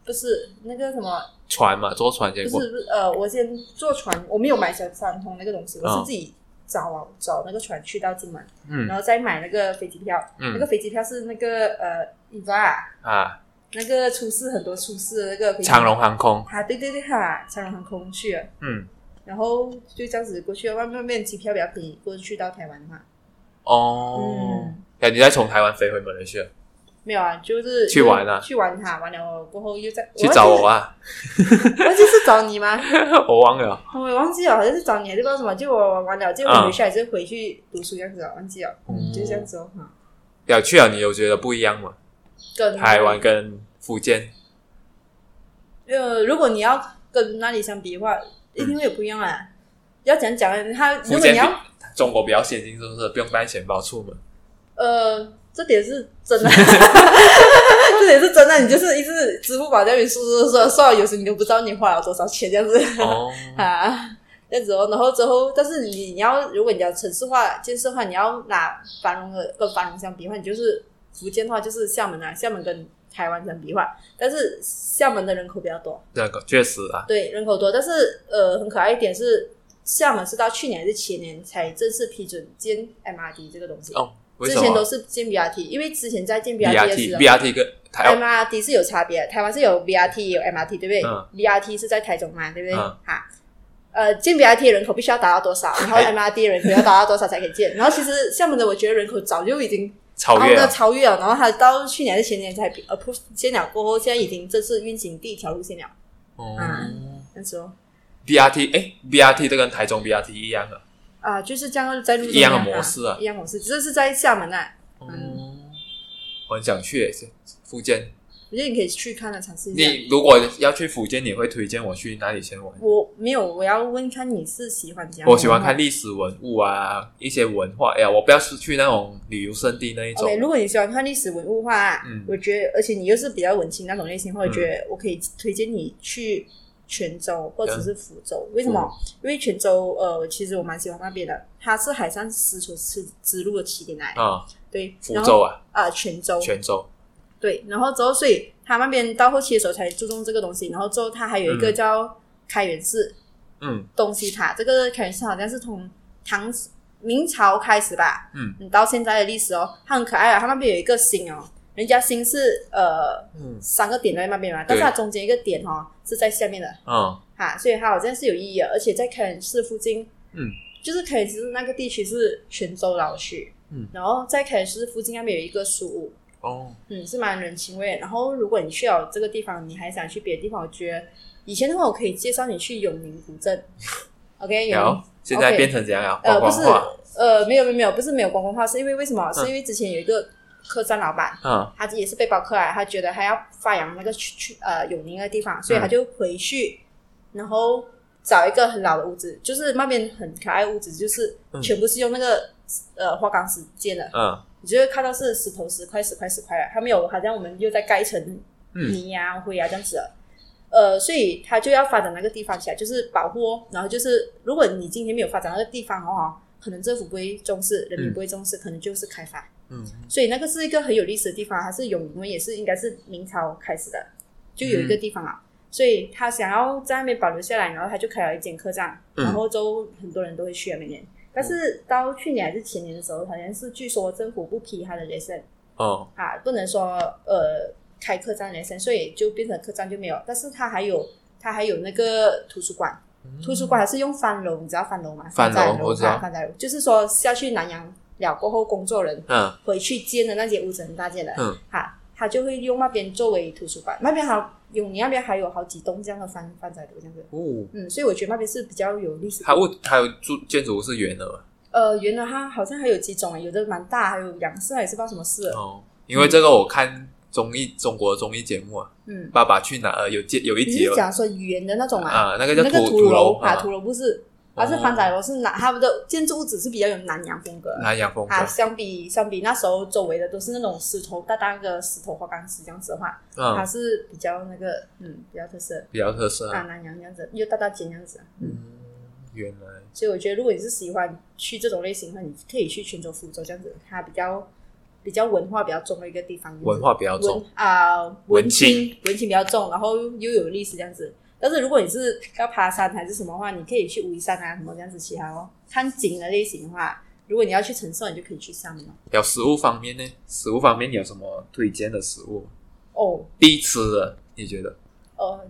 [SPEAKER 2] 不是那个什么，
[SPEAKER 1] 船嘛，坐船
[SPEAKER 2] 不
[SPEAKER 1] 结
[SPEAKER 2] 是
[SPEAKER 1] 果
[SPEAKER 2] 不是呃，我先坐船，我没有买小三通那个东西，我
[SPEAKER 1] 啊
[SPEAKER 2] 是自己找啊找那个船去到金门，
[SPEAKER 1] 嗯
[SPEAKER 2] 然后再买那个飞机票。那个
[SPEAKER 1] 嗯
[SPEAKER 2] 飞机票是那个呃，EVA
[SPEAKER 1] 啊，
[SPEAKER 2] 那个出事很多出事的那个飞机
[SPEAKER 1] 长荣航空，
[SPEAKER 2] 啊，对对对哈，长荣航空去了，
[SPEAKER 1] 嗯，然
[SPEAKER 2] 然后就这样子过去了，外面外面机票比较便宜，过去到台湾的话，
[SPEAKER 1] 哦，
[SPEAKER 2] 嗯，
[SPEAKER 1] 那、你再从台湾飞回马来西亚
[SPEAKER 2] 没有啊，就是
[SPEAKER 1] 去玩啊
[SPEAKER 2] 去玩它，玩了过后又再
[SPEAKER 1] 去找我
[SPEAKER 2] 啊，
[SPEAKER 1] 啊，
[SPEAKER 2] 忘记 是找你吗？
[SPEAKER 1] 我忘了，
[SPEAKER 2] 我也忘记了，好像是找你还是不知道什么，就我玩了，就我回去还是回去读书这样子了，忘记了，
[SPEAKER 1] 嗯
[SPEAKER 2] 就这样子哦。哈
[SPEAKER 1] 要去了，你有觉得不一样吗？
[SPEAKER 2] 跟
[SPEAKER 1] 台湾，跟福建，
[SPEAKER 2] 呃，如果你要跟那里相比的话，一定会有不一样啊。要讲讲啊他，如
[SPEAKER 1] 福
[SPEAKER 2] 果
[SPEAKER 1] 建比
[SPEAKER 2] 你要
[SPEAKER 1] 中国比较先进，是不是？不用带钱包 出门，
[SPEAKER 2] 呃，这点是真的，这点是真的，你就是一直支付宝在那里说说说说，有时你都不知道你花了多少钱这样子。
[SPEAKER 1] 哦，
[SPEAKER 2] 啊，那之后，然后之后，但是你你要，如果你要城市化建设化，你要拿繁荣的跟繁荣相比的话，你就是福建的话就是厦门啊，厦门跟台湾相比的话，但是厦门的人口比较多，
[SPEAKER 1] 这个确实啊，
[SPEAKER 2] 对，人口多，但是呃，很可爱一点是，厦门是到去年还是前年才正式批准建 MRT 这个东西，
[SPEAKER 1] 哦，为
[SPEAKER 2] 之
[SPEAKER 1] 什
[SPEAKER 2] 前都
[SPEAKER 1] 么
[SPEAKER 2] 是建 BRT，因为之前在建 BRT 的哎时
[SPEAKER 1] BRT
[SPEAKER 2] 候。
[SPEAKER 1] BRT 跟台哦
[SPEAKER 2] MRT 是有差别，台湾是有 BRT 也有 MRT，对不对、
[SPEAKER 1] 嗯
[SPEAKER 2] b r t 是在台中嘛，对不对？
[SPEAKER 1] 嗯
[SPEAKER 2] 哈，呃，建 BRT 的人口必须要达到多 少，然后 MRT 的人口要达到多少才可以建？然后其实厦门的，我觉得人口早就已经
[SPEAKER 1] 超越啊
[SPEAKER 2] 然后呢
[SPEAKER 1] 了，
[SPEAKER 2] 超越了，然后它到去年还是前年才 approve 建了，过后现在已经正式运行第一条路线了。
[SPEAKER 1] 哦。
[SPEAKER 2] 那时候
[SPEAKER 1] BRT 哎，BRT 这跟台中 BRT 一样啊。
[SPEAKER 2] 啊，就是这样在路上
[SPEAKER 1] 一样的
[SPEAKER 2] 啊
[SPEAKER 1] 模式啊
[SPEAKER 2] 一样模式，这是在厦门啊，
[SPEAKER 1] 嗯，我很想去诶福建。
[SPEAKER 2] 我觉得你可以去看了尝试一下。
[SPEAKER 1] 你如果要去福建，你会推荐我去哪里先玩？
[SPEAKER 2] 我没有，我要问看你是喜欢这样的吗。
[SPEAKER 1] 我喜欢看历史文物啊，一些文化。哎呀，我不要是去那种旅游胜地那一种
[SPEAKER 2] OK，如果你喜欢看历史文物的话，
[SPEAKER 1] 嗯
[SPEAKER 2] 我觉得，而且你又是比较文青那种类型的话，我觉得我可以推荐你去泉州或者是福州。
[SPEAKER 1] 嗯
[SPEAKER 2] 为什么？因为泉州，呃，其实我蛮喜欢那边的，它是海上丝绸之之路的起点来。
[SPEAKER 1] 啊。
[SPEAKER 2] 对，
[SPEAKER 1] 福
[SPEAKER 2] 然
[SPEAKER 1] 州
[SPEAKER 2] 后
[SPEAKER 1] 啊，
[SPEAKER 2] 啊、泉州，
[SPEAKER 1] 泉州
[SPEAKER 2] 对，然后之后，所以他那边到后期的时候才注重这个东西，然后之后他还有一个
[SPEAKER 1] 嗯
[SPEAKER 2] 叫开元寺、
[SPEAKER 1] 嗯
[SPEAKER 2] 东西塔，这个开元寺好像是从唐明朝开始吧，
[SPEAKER 1] 嗯，
[SPEAKER 2] 到现在的历史哦，它很可爱啊。它那边有一个星哦，人家星是呃
[SPEAKER 1] 嗯
[SPEAKER 2] 三个点在那边嘛，但是它中间一个点哦是在下面的
[SPEAKER 1] 嗯
[SPEAKER 2] 哈，所以它好像是有意义的。而且在开元市附近，
[SPEAKER 1] 嗯，
[SPEAKER 2] 就是开元市那个地区是泉州老区，
[SPEAKER 1] 嗯，
[SPEAKER 2] 然后在开元市附近那边有一个书屋，
[SPEAKER 1] 哦，
[SPEAKER 2] 嗯，是蛮人情味的。然后，如果你去了这个地方，你还想去别的地方，我觉得以前的话，我可以介绍你去永宁古镇。OK，永宁
[SPEAKER 1] 有，现在
[SPEAKER 2] OK
[SPEAKER 1] 变成这样啊了，观
[SPEAKER 2] 呃不
[SPEAKER 1] 光
[SPEAKER 2] 是
[SPEAKER 1] 化，
[SPEAKER 2] 呃没有没有没有，不是没有观光化，是因为为什么？
[SPEAKER 1] 嗯
[SPEAKER 2] 是因为之前有一个客栈老板，
[SPEAKER 1] 嗯
[SPEAKER 2] 他也是背包客来，他觉得他要发扬那个去去呃永宁的地方，所以他
[SPEAKER 1] 嗯
[SPEAKER 2] 就回去，然后找一个很老的屋子，就是那边很可爱的屋子，就是
[SPEAKER 1] 嗯
[SPEAKER 2] 全部是用那个呃花岗石建的，
[SPEAKER 1] 嗯
[SPEAKER 2] 你就会看到是石头石块石块石块啊，它没有好像我们又在盖一层
[SPEAKER 1] 嗯
[SPEAKER 2] 泥呀、啊、灰啊这样子的。呃，所以它就要发展那个地方起来，就是保护哦。然后就是，如果你今天没有发展那个地方的话，可能政府不会重视，人民不会重视，可能就是开发。
[SPEAKER 1] 嗯
[SPEAKER 2] 所以那个是一个很有历史的地方，它是永宁，也是应该是明朝开始的，就有一
[SPEAKER 1] 嗯
[SPEAKER 2] 个地方啊。所以他想要在那边保留下来，然后他就开了一间客栈，
[SPEAKER 1] 嗯
[SPEAKER 2] 然后就很多人都会去啊，每年。但是到去年还是前年的时候，好像是据说政府不批他的 lesson
[SPEAKER 1] 哦
[SPEAKER 2] 啊，不能说呃开客栈 lesson，所以就变成客栈就没有。但是他还有他还有那个图书馆，图书馆还是用翻楼，你知道翻楼吗？
[SPEAKER 1] 嗯翻楼
[SPEAKER 2] 载
[SPEAKER 1] 我知道
[SPEAKER 2] 啊翻载楼就是说下去南洋了过后，工作人
[SPEAKER 1] 嗯
[SPEAKER 2] 回去建的那些屋子很大间的，
[SPEAKER 1] 嗯，
[SPEAKER 2] 哈，他就会用那边作为图书馆，那边还永宁那边还有好几栋这样的翻翻仔楼这样子，
[SPEAKER 1] 哦，
[SPEAKER 2] 嗯，所以我觉得那边是比较有历史。
[SPEAKER 1] 它物还有住建筑物是圆的嘛
[SPEAKER 2] 呃，原来它好像还有几种啊，有的蛮大，还有杨氏，还是不知道什么事了。
[SPEAKER 1] 哦，因为这个我看综艺中国综艺节目啊，
[SPEAKER 2] 嗯
[SPEAKER 1] 《爸爸去哪儿》有接有一
[SPEAKER 2] 你
[SPEAKER 1] 集
[SPEAKER 2] 是
[SPEAKER 1] 有
[SPEAKER 2] 讲说圆的那种啊？
[SPEAKER 1] 啊啊，那个叫
[SPEAKER 2] 那个
[SPEAKER 1] 土
[SPEAKER 2] 土
[SPEAKER 1] 楼
[SPEAKER 2] 啊，
[SPEAKER 1] 啊，哦
[SPEAKER 2] 土楼不是，而是翻仔楼是南，他们的建筑物只是比较有南洋风格。
[SPEAKER 1] 南洋风格
[SPEAKER 2] 啊，相比相比那时候周围的都是那种石头大大个石头花岗石这样子的话，它
[SPEAKER 1] 嗯，
[SPEAKER 2] 是比较那个嗯比较特色。
[SPEAKER 1] 比较特色
[SPEAKER 2] 啊，
[SPEAKER 1] 啊。
[SPEAKER 2] 南洋这样子，又大大间这样子。嗯，
[SPEAKER 1] 嗯，原来
[SPEAKER 2] 所以我觉得如果你是喜欢去这种类型的话，你可以去泉州、福州这样子，它比较比较文化比较重的一个地方，就是
[SPEAKER 1] 文化比较重
[SPEAKER 2] 文啊、文
[SPEAKER 1] 文青
[SPEAKER 2] 文青比较重，然后又有历史这样子。但是如果你是要爬山还是什么的话，你可以去武夷山啊什么这样子其他哦。看景的类型的话，如果你要去承受，你就可以去上面哦。
[SPEAKER 1] 有食物方面呢，食物方面你有什么推荐的食物？
[SPEAKER 2] 哦，
[SPEAKER 1] 必吃的，你觉得？
[SPEAKER 2] 呃，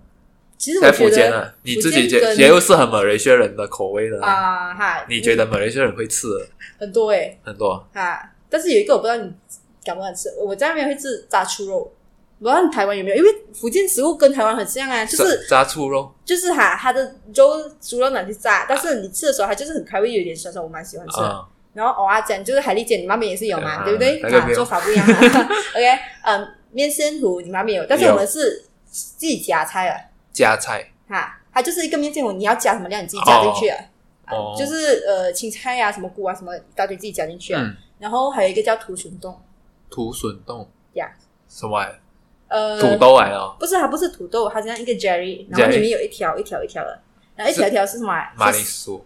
[SPEAKER 2] 其实我
[SPEAKER 1] 在
[SPEAKER 2] 觉
[SPEAKER 1] 福建
[SPEAKER 2] 得
[SPEAKER 1] 啊，你自己觉
[SPEAKER 2] 福建跟
[SPEAKER 1] 也又是很马来西亚人的口味的啊，
[SPEAKER 2] 啊哈，
[SPEAKER 1] 你觉得马来西亚人会吃的
[SPEAKER 2] 很多诶、
[SPEAKER 1] 很多？
[SPEAKER 2] 啊，但是有一个我不知道你敢不敢吃，我在那边会吃炸猪肉，我不知道你台湾有没有，因为福建食物跟台湾很像啊，就是
[SPEAKER 1] 炸炸醋肉，
[SPEAKER 2] 就是哈，它的肉猪肉拿去炸，但是你吃的时候它就是很开胃，有点酸酸，我蛮喜欢吃的。
[SPEAKER 1] 啊，
[SPEAKER 2] 然后蚵仔煎就是海蛎煎，你妈咪也是有嘛，
[SPEAKER 1] 啊
[SPEAKER 2] 对不对？
[SPEAKER 1] 那个
[SPEAKER 2] 啊
[SPEAKER 1] 没，有
[SPEAKER 2] 做法不一样啊。OK，嗯，面线糊你妈咪有，但是
[SPEAKER 1] 有
[SPEAKER 2] 我们是自己夹菜的
[SPEAKER 1] 加菜
[SPEAKER 2] 哈，它就是一个面线糊，你要加什么料你自己加进去啊，啊
[SPEAKER 1] 哦
[SPEAKER 2] 就是呃青菜呀、什么菇啊什么一大堆自己加进去啊。
[SPEAKER 1] 嗯
[SPEAKER 2] 然后还有一个叫土笋冻。
[SPEAKER 1] 土笋冻
[SPEAKER 2] 呀
[SPEAKER 1] 什么啊来？
[SPEAKER 2] 呃，
[SPEAKER 1] 土豆来哦了，
[SPEAKER 2] 不是，它不是土豆，它像一个 jelly，然后
[SPEAKER 1] Jelly
[SPEAKER 2] 里面有一条一条一条的，然后一条一条是什么啊？
[SPEAKER 1] 马铃
[SPEAKER 2] 是
[SPEAKER 1] 薯，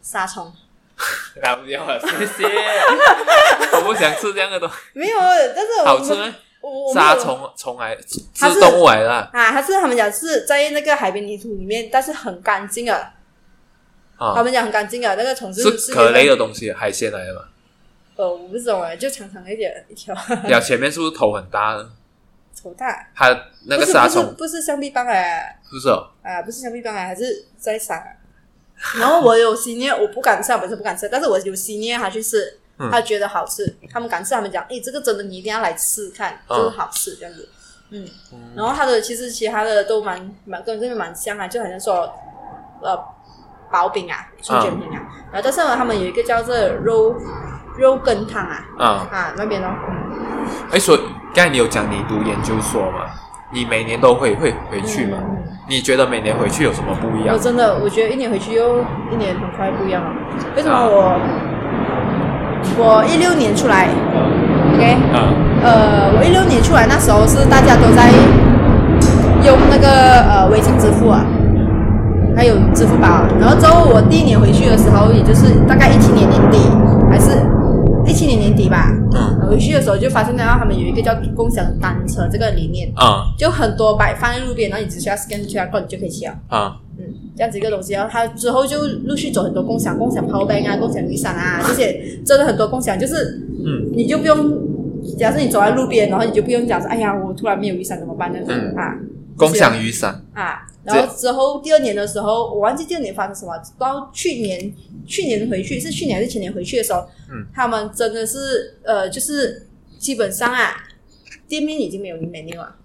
[SPEAKER 2] 沙葱。
[SPEAKER 1] 啊不要了，谢谢， 我不想吃这样的东西，
[SPEAKER 2] 没有，但是我
[SPEAKER 1] 好吃吗？
[SPEAKER 2] 我我我没有
[SPEAKER 1] 杀虫虫来，
[SPEAKER 2] 它是
[SPEAKER 1] 吃动物来的
[SPEAKER 2] 啊，它是他们讲是在那个海边泥土里面，但是很干净的，他
[SPEAKER 1] 啊，
[SPEAKER 2] 们讲很干净的，那个虫
[SPEAKER 1] 是
[SPEAKER 2] 是
[SPEAKER 1] 壳类
[SPEAKER 2] 的。
[SPEAKER 1] 的东西，海鲜来的嘛？
[SPEAKER 2] 呃，我不懂哎，就长长一点一条，
[SPEAKER 1] 然后前面是不是头很大呢？
[SPEAKER 2] 头大。
[SPEAKER 1] 它那个
[SPEAKER 2] 不是
[SPEAKER 1] 沙
[SPEAKER 2] 不是
[SPEAKER 1] 虫
[SPEAKER 2] 不是橡皮棒哎，
[SPEAKER 1] 是不是哦？
[SPEAKER 2] 啊，不是橡皮棒哎，还是在沙。 然后我有吸捏，我不敢吃，我本身不敢吃，但是我有吸捏它去吃，
[SPEAKER 1] 嗯
[SPEAKER 2] 他觉得好吃，他们敢吃，他们讲，哎，这个真的你一定要来吃看，
[SPEAKER 1] 嗯
[SPEAKER 2] 就是好吃这样子。嗯，然后它的其实其他的都蛮蛮跟这边蛮像啊，就好像说，呃，薄饼啊，春卷饼啊，然后但是呢，他们有一个叫做肉肉羹汤啊，
[SPEAKER 1] 啊，
[SPEAKER 2] 啊那边哦，嗯
[SPEAKER 1] 哎，所以刚才你有讲你读研究所嘛？你每年都会会回去吗？
[SPEAKER 2] 嗯嗯
[SPEAKER 1] 你觉得每年回去有什么不一
[SPEAKER 2] 我
[SPEAKER 1] 样？
[SPEAKER 2] 真的我觉得一年回去又一年很快不一样了，为什么
[SPEAKER 1] 啊
[SPEAKER 2] 我、我一六年出来，OK，
[SPEAKER 1] 嗯
[SPEAKER 2] 呃，我一六年出来那时候是大家都在用那个呃微信支付啊，还有支付宝啊、然后之后我第一年回去的时候，也就是大概一七年年底，还是一七年年底吧。
[SPEAKER 1] 嗯
[SPEAKER 2] 回去的时候就发现到他们有一个叫共享单车这个理念，
[SPEAKER 1] 嗯
[SPEAKER 2] 就很多摆放在路边，然后你只需要 scan 出来过，你就可以骑了。啊
[SPEAKER 1] 嗯
[SPEAKER 2] 嗯，这样子一个东西。然后他之后就陆续走很多共享、共享 power bank 啊、共享雨伞啊这些，真的很多共享，就是
[SPEAKER 1] 嗯，
[SPEAKER 2] 你就不用。假设你走在路边，然后你就不用讲说，哎呀，我突然没有雨伞怎么办那种、
[SPEAKER 1] 嗯
[SPEAKER 2] 啊
[SPEAKER 1] 共享雨伞，
[SPEAKER 2] 啊。
[SPEAKER 1] 这
[SPEAKER 2] 然后之后第二年的时候，我忘记第二年发生什么，到去年去年回去是去年还是前年回去的时候，
[SPEAKER 1] 嗯，
[SPEAKER 2] 他们真的是呃，就是基本上啊，店面已经没有 menu 了。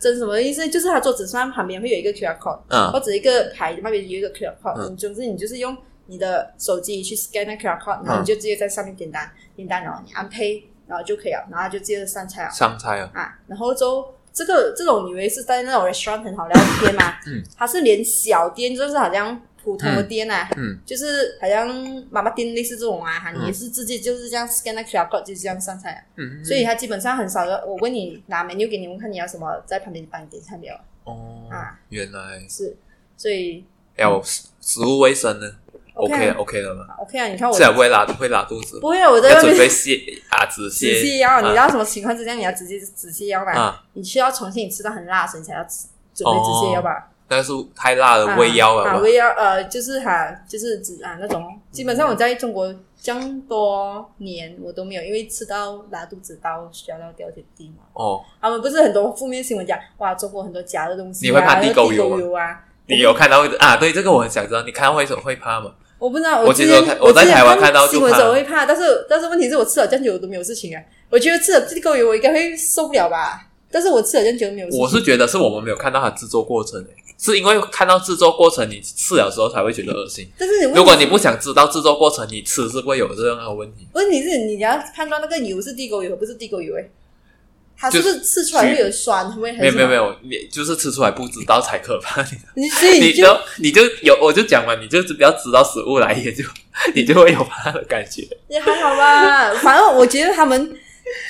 [SPEAKER 2] 这是什么意思？就是他桌子上旁边会有一个 QR code，
[SPEAKER 1] 嗯
[SPEAKER 2] 或者一个牌那边有一个 QR code，、
[SPEAKER 1] 嗯
[SPEAKER 2] 你总之你就是用你的手机去 scan 那 QR code，然后
[SPEAKER 1] 嗯
[SPEAKER 2] 你就直接在上面点单，点单然哦后你按 pay，然后就可以了，然后就直接上菜了。
[SPEAKER 1] 上菜哦，
[SPEAKER 2] 啊，然后就这个这种以为是在那种 restaurant 很好聊天嘛，
[SPEAKER 1] 嗯，
[SPEAKER 2] 它是连小店，就是好像普通的店啊，
[SPEAKER 1] 嗯
[SPEAKER 2] 就是好像妈妈店类似这种啊，哈
[SPEAKER 1] 嗯
[SPEAKER 2] 你也是直接就是这样 scan 那 QR code 就这样上菜啊，
[SPEAKER 1] 嗯，
[SPEAKER 2] 所以它基本上很少的。我问你拿 menu 给你，我看你要什么，在旁边帮你点菜没有？
[SPEAKER 1] 哦
[SPEAKER 2] 啊，
[SPEAKER 1] 原来
[SPEAKER 2] 是，所以
[SPEAKER 1] 要食食物卫生呢
[SPEAKER 2] OK
[SPEAKER 1] ，OK
[SPEAKER 2] 啊
[SPEAKER 1] 了 OK 了吗？
[SPEAKER 2] 啊 OK 啊，你看我
[SPEAKER 1] 这样不会拉会拉肚子，
[SPEAKER 2] 不会啊，我在
[SPEAKER 1] 要
[SPEAKER 2] 外
[SPEAKER 1] 准
[SPEAKER 2] 面
[SPEAKER 1] 备泻啊止
[SPEAKER 2] 仔细
[SPEAKER 1] 泻
[SPEAKER 2] 要，
[SPEAKER 1] 啊
[SPEAKER 2] 你知道什么情况之下你要直接仔细要吧？
[SPEAKER 1] 啊，
[SPEAKER 2] 你需要重庆吃到很辣的时候，你才要吃准备直
[SPEAKER 1] 哦呃
[SPEAKER 2] 接要吧？
[SPEAKER 1] 但是太辣了胃药
[SPEAKER 2] 啊，
[SPEAKER 1] 了吧，
[SPEAKER 2] 胃药呃，就是哈、就是指啊那种，基本上我在中国这样多年，我都没有因为吃到拉肚子到需要到吊点滴嘛。
[SPEAKER 1] 哦，
[SPEAKER 2] 他们不是很多负面新闻讲，哇，中国很多假的东西、啊，
[SPEAKER 1] 你会怕地沟油
[SPEAKER 2] 油
[SPEAKER 1] 吗
[SPEAKER 2] 啊？
[SPEAKER 1] 你有看到啊？对，这个我很想知道，你看到为什么会怕吗？
[SPEAKER 2] 我不知道，
[SPEAKER 1] 我其
[SPEAKER 2] 之
[SPEAKER 1] 实
[SPEAKER 2] 前
[SPEAKER 1] 我看
[SPEAKER 2] 我
[SPEAKER 1] 我在
[SPEAKER 2] 之前
[SPEAKER 1] 台湾看到就
[SPEAKER 2] 新闻
[SPEAKER 1] 怕
[SPEAKER 2] 时候会怕，但是但是问题是我吃了酱油都没有事情啊，我觉得吃了地沟油我应该会受不了吧，但是我吃了酱油没有事情，
[SPEAKER 1] 我是觉得是我们没有看到它制作过程，欸是因为看到制作过程你吃了之后才会觉得恶心。
[SPEAKER 2] 但是问题
[SPEAKER 1] 如果你不想知道制作过程，你吃是不会有任何问题。
[SPEAKER 2] 问题是你要判断那个油是地沟油，不是地沟油哎、它
[SPEAKER 1] 就是
[SPEAKER 2] 不是吃出来会有酸味？
[SPEAKER 1] 没有没有没
[SPEAKER 2] 有，
[SPEAKER 1] 有，你就是吃出来不知道才可怕。你
[SPEAKER 2] 你所以
[SPEAKER 1] 你
[SPEAKER 2] 就
[SPEAKER 1] 就你就有我就讲嘛，你就不要知道食物来源就你就会有怕的感觉。
[SPEAKER 2] 也还好吧。 反正我觉得他们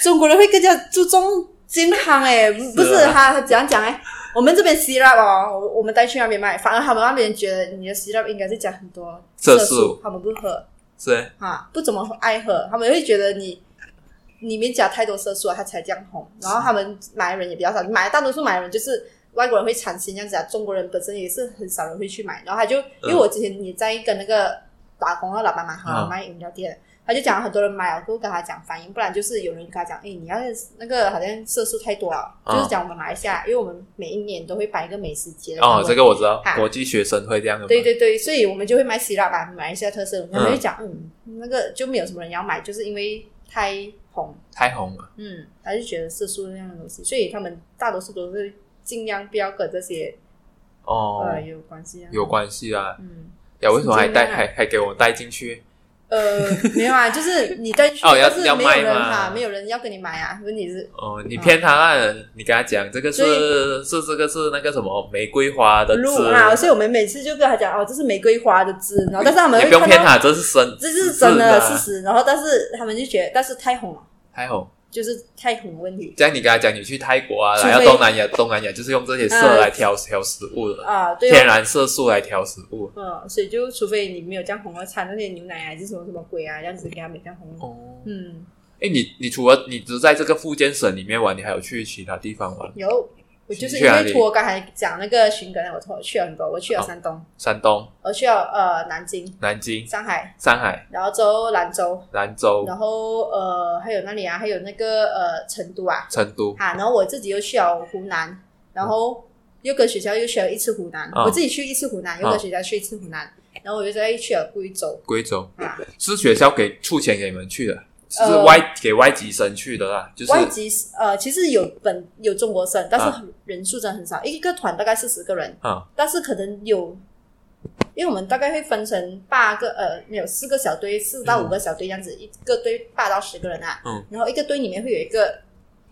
[SPEAKER 2] 中国人会更加注重健康哎、不是他他怎样讲哎、我们这边 syrup 哦，我我们带去那边卖，反而他们那边觉得你的 syrup 应该是加很多
[SPEAKER 1] 色素
[SPEAKER 2] 素，他们不喝
[SPEAKER 1] 是
[SPEAKER 2] 啊，不怎么爱喝，他们会觉得你里面加太多色素了，它才这样红。然后他们买的人也比较少，买大多数买的人就是外国人会产生这样子啊，中国人本身也是很少人会去买。然后他就因为我之前也在跟那个打工的老板蛮好，
[SPEAKER 1] 嗯
[SPEAKER 2] 卖饮料店的。他就讲很多人买了，都跟他讲反应，不然就是有人跟他讲，哎，你要是那个好像色素太多了，
[SPEAKER 1] 嗯
[SPEAKER 2] 就是讲我们马来西亚，因为我们每一年都会摆一个美食节的
[SPEAKER 1] 哦，
[SPEAKER 2] 活动
[SPEAKER 1] 这个我知道
[SPEAKER 2] 啊，
[SPEAKER 1] 国际学生会这样的嘛。
[SPEAKER 2] 对对对，所以我们就会买希腊吧，马来西亚特色，我们
[SPEAKER 1] 嗯
[SPEAKER 2] 会讲，嗯，那个就没有什么人要买，就是因为太红，
[SPEAKER 1] 太红了。
[SPEAKER 2] 嗯，他就觉得色素那样的东西，所以他们大多数都是尽量不要跟这些、
[SPEAKER 1] 哦，
[SPEAKER 2] 呃有关系啊，
[SPEAKER 1] 有，关系啊。
[SPEAKER 2] 嗯，
[SPEAKER 1] 呀，为什么还带
[SPEAKER 2] 是这样啊
[SPEAKER 1] 还还给我带进去？
[SPEAKER 2] 呃，没有啊，就是你再去，
[SPEAKER 1] 哦要
[SPEAKER 2] 但是
[SPEAKER 1] 要
[SPEAKER 2] 没有人
[SPEAKER 1] 卖嘛
[SPEAKER 2] 啊，没有人要跟你买啊，问题是，
[SPEAKER 1] 哦，你骗他啊！你跟他讲这个
[SPEAKER 2] 所
[SPEAKER 1] 是是这个是那个什么玫瑰花的
[SPEAKER 2] 路
[SPEAKER 1] 汁
[SPEAKER 2] 啊，所以我们每次就跟他讲哦，这是玫瑰花的汁，然后但是他们
[SPEAKER 1] 你
[SPEAKER 2] 会
[SPEAKER 1] 不用
[SPEAKER 2] 看
[SPEAKER 1] 骗
[SPEAKER 2] 到
[SPEAKER 1] 他，这是真，
[SPEAKER 2] 这是真的
[SPEAKER 1] 是
[SPEAKER 2] 事实，然后但是他们就觉得，但是太红了，
[SPEAKER 1] 太红。
[SPEAKER 2] 就是太红的问题，
[SPEAKER 1] 这样你跟他讲你去泰国啊，
[SPEAKER 2] 除非
[SPEAKER 1] 来到东南亚，东南亚就是用这些色来调调食物的，
[SPEAKER 2] 啊，对、哦，
[SPEAKER 1] 天然色素来调食物。
[SPEAKER 2] 嗯，所以就除非你没有这样红了，掺那些牛奶啊，还是什么什么鬼啊，这样子给它没这样红。
[SPEAKER 1] 哦，
[SPEAKER 2] 嗯，
[SPEAKER 1] 哎，你你除了你只在这个福建省里面玩，你还有去其他地方玩？
[SPEAKER 2] 有，我就是
[SPEAKER 1] 你
[SPEAKER 2] 因
[SPEAKER 1] 去哪
[SPEAKER 2] 为
[SPEAKER 1] 里
[SPEAKER 2] 托刚才讲那个寻根，我托我去了很多，我去了
[SPEAKER 1] 哦
[SPEAKER 2] 山东，
[SPEAKER 1] 山东、
[SPEAKER 2] 我去了呃南京、
[SPEAKER 1] 南京、
[SPEAKER 2] 上海，
[SPEAKER 1] 上海、
[SPEAKER 2] 然后之后兰州，
[SPEAKER 1] 兰州、
[SPEAKER 2] 然后呃还有那里啊，还有那个呃成都啊，
[SPEAKER 1] 成都。
[SPEAKER 2] 啊，然后我自己又去了湖南，然后又跟学校又去了一次湖南，
[SPEAKER 1] 啊
[SPEAKER 2] 我自己去一次湖南，又
[SPEAKER 1] 啊
[SPEAKER 2] 跟学校去一次湖南，然后我又再去了贵州
[SPEAKER 1] 贵州
[SPEAKER 2] 啊，
[SPEAKER 1] 是学校给出钱给你们去的，是
[SPEAKER 2] 呃
[SPEAKER 1] 外、给外籍生去的啦，就是
[SPEAKER 2] 外籍呃，其实有本有中国生，但是
[SPEAKER 1] 啊
[SPEAKER 2] 很人数真的很少，一个团大概四十个人，
[SPEAKER 1] 啊
[SPEAKER 2] 但是可能有，因为我们大概会分成八个呃，没有四个小队，四到五个小队这样子，一个队八到十个人啊，
[SPEAKER 1] 嗯，
[SPEAKER 2] 然后一个队里面会有一个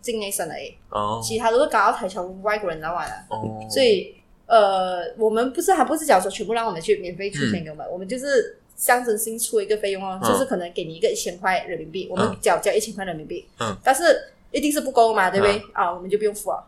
[SPEAKER 2] 境内生而已，
[SPEAKER 1] 哦
[SPEAKER 2] 其他都是港澳台侨外国人来玩的，
[SPEAKER 1] 哦，
[SPEAKER 2] 所以呃，我们不是还不是讲说全部让我们去免费出钱给我们，我们就是象征性出一个费用哦，
[SPEAKER 1] 嗯
[SPEAKER 2] 就是可能给你一个一千块人民币，我们
[SPEAKER 1] 嗯
[SPEAKER 2] 缴交一千块人民币，
[SPEAKER 1] 嗯，
[SPEAKER 2] 但是一定是不够嘛，对不对？啊，我们就不用付 了，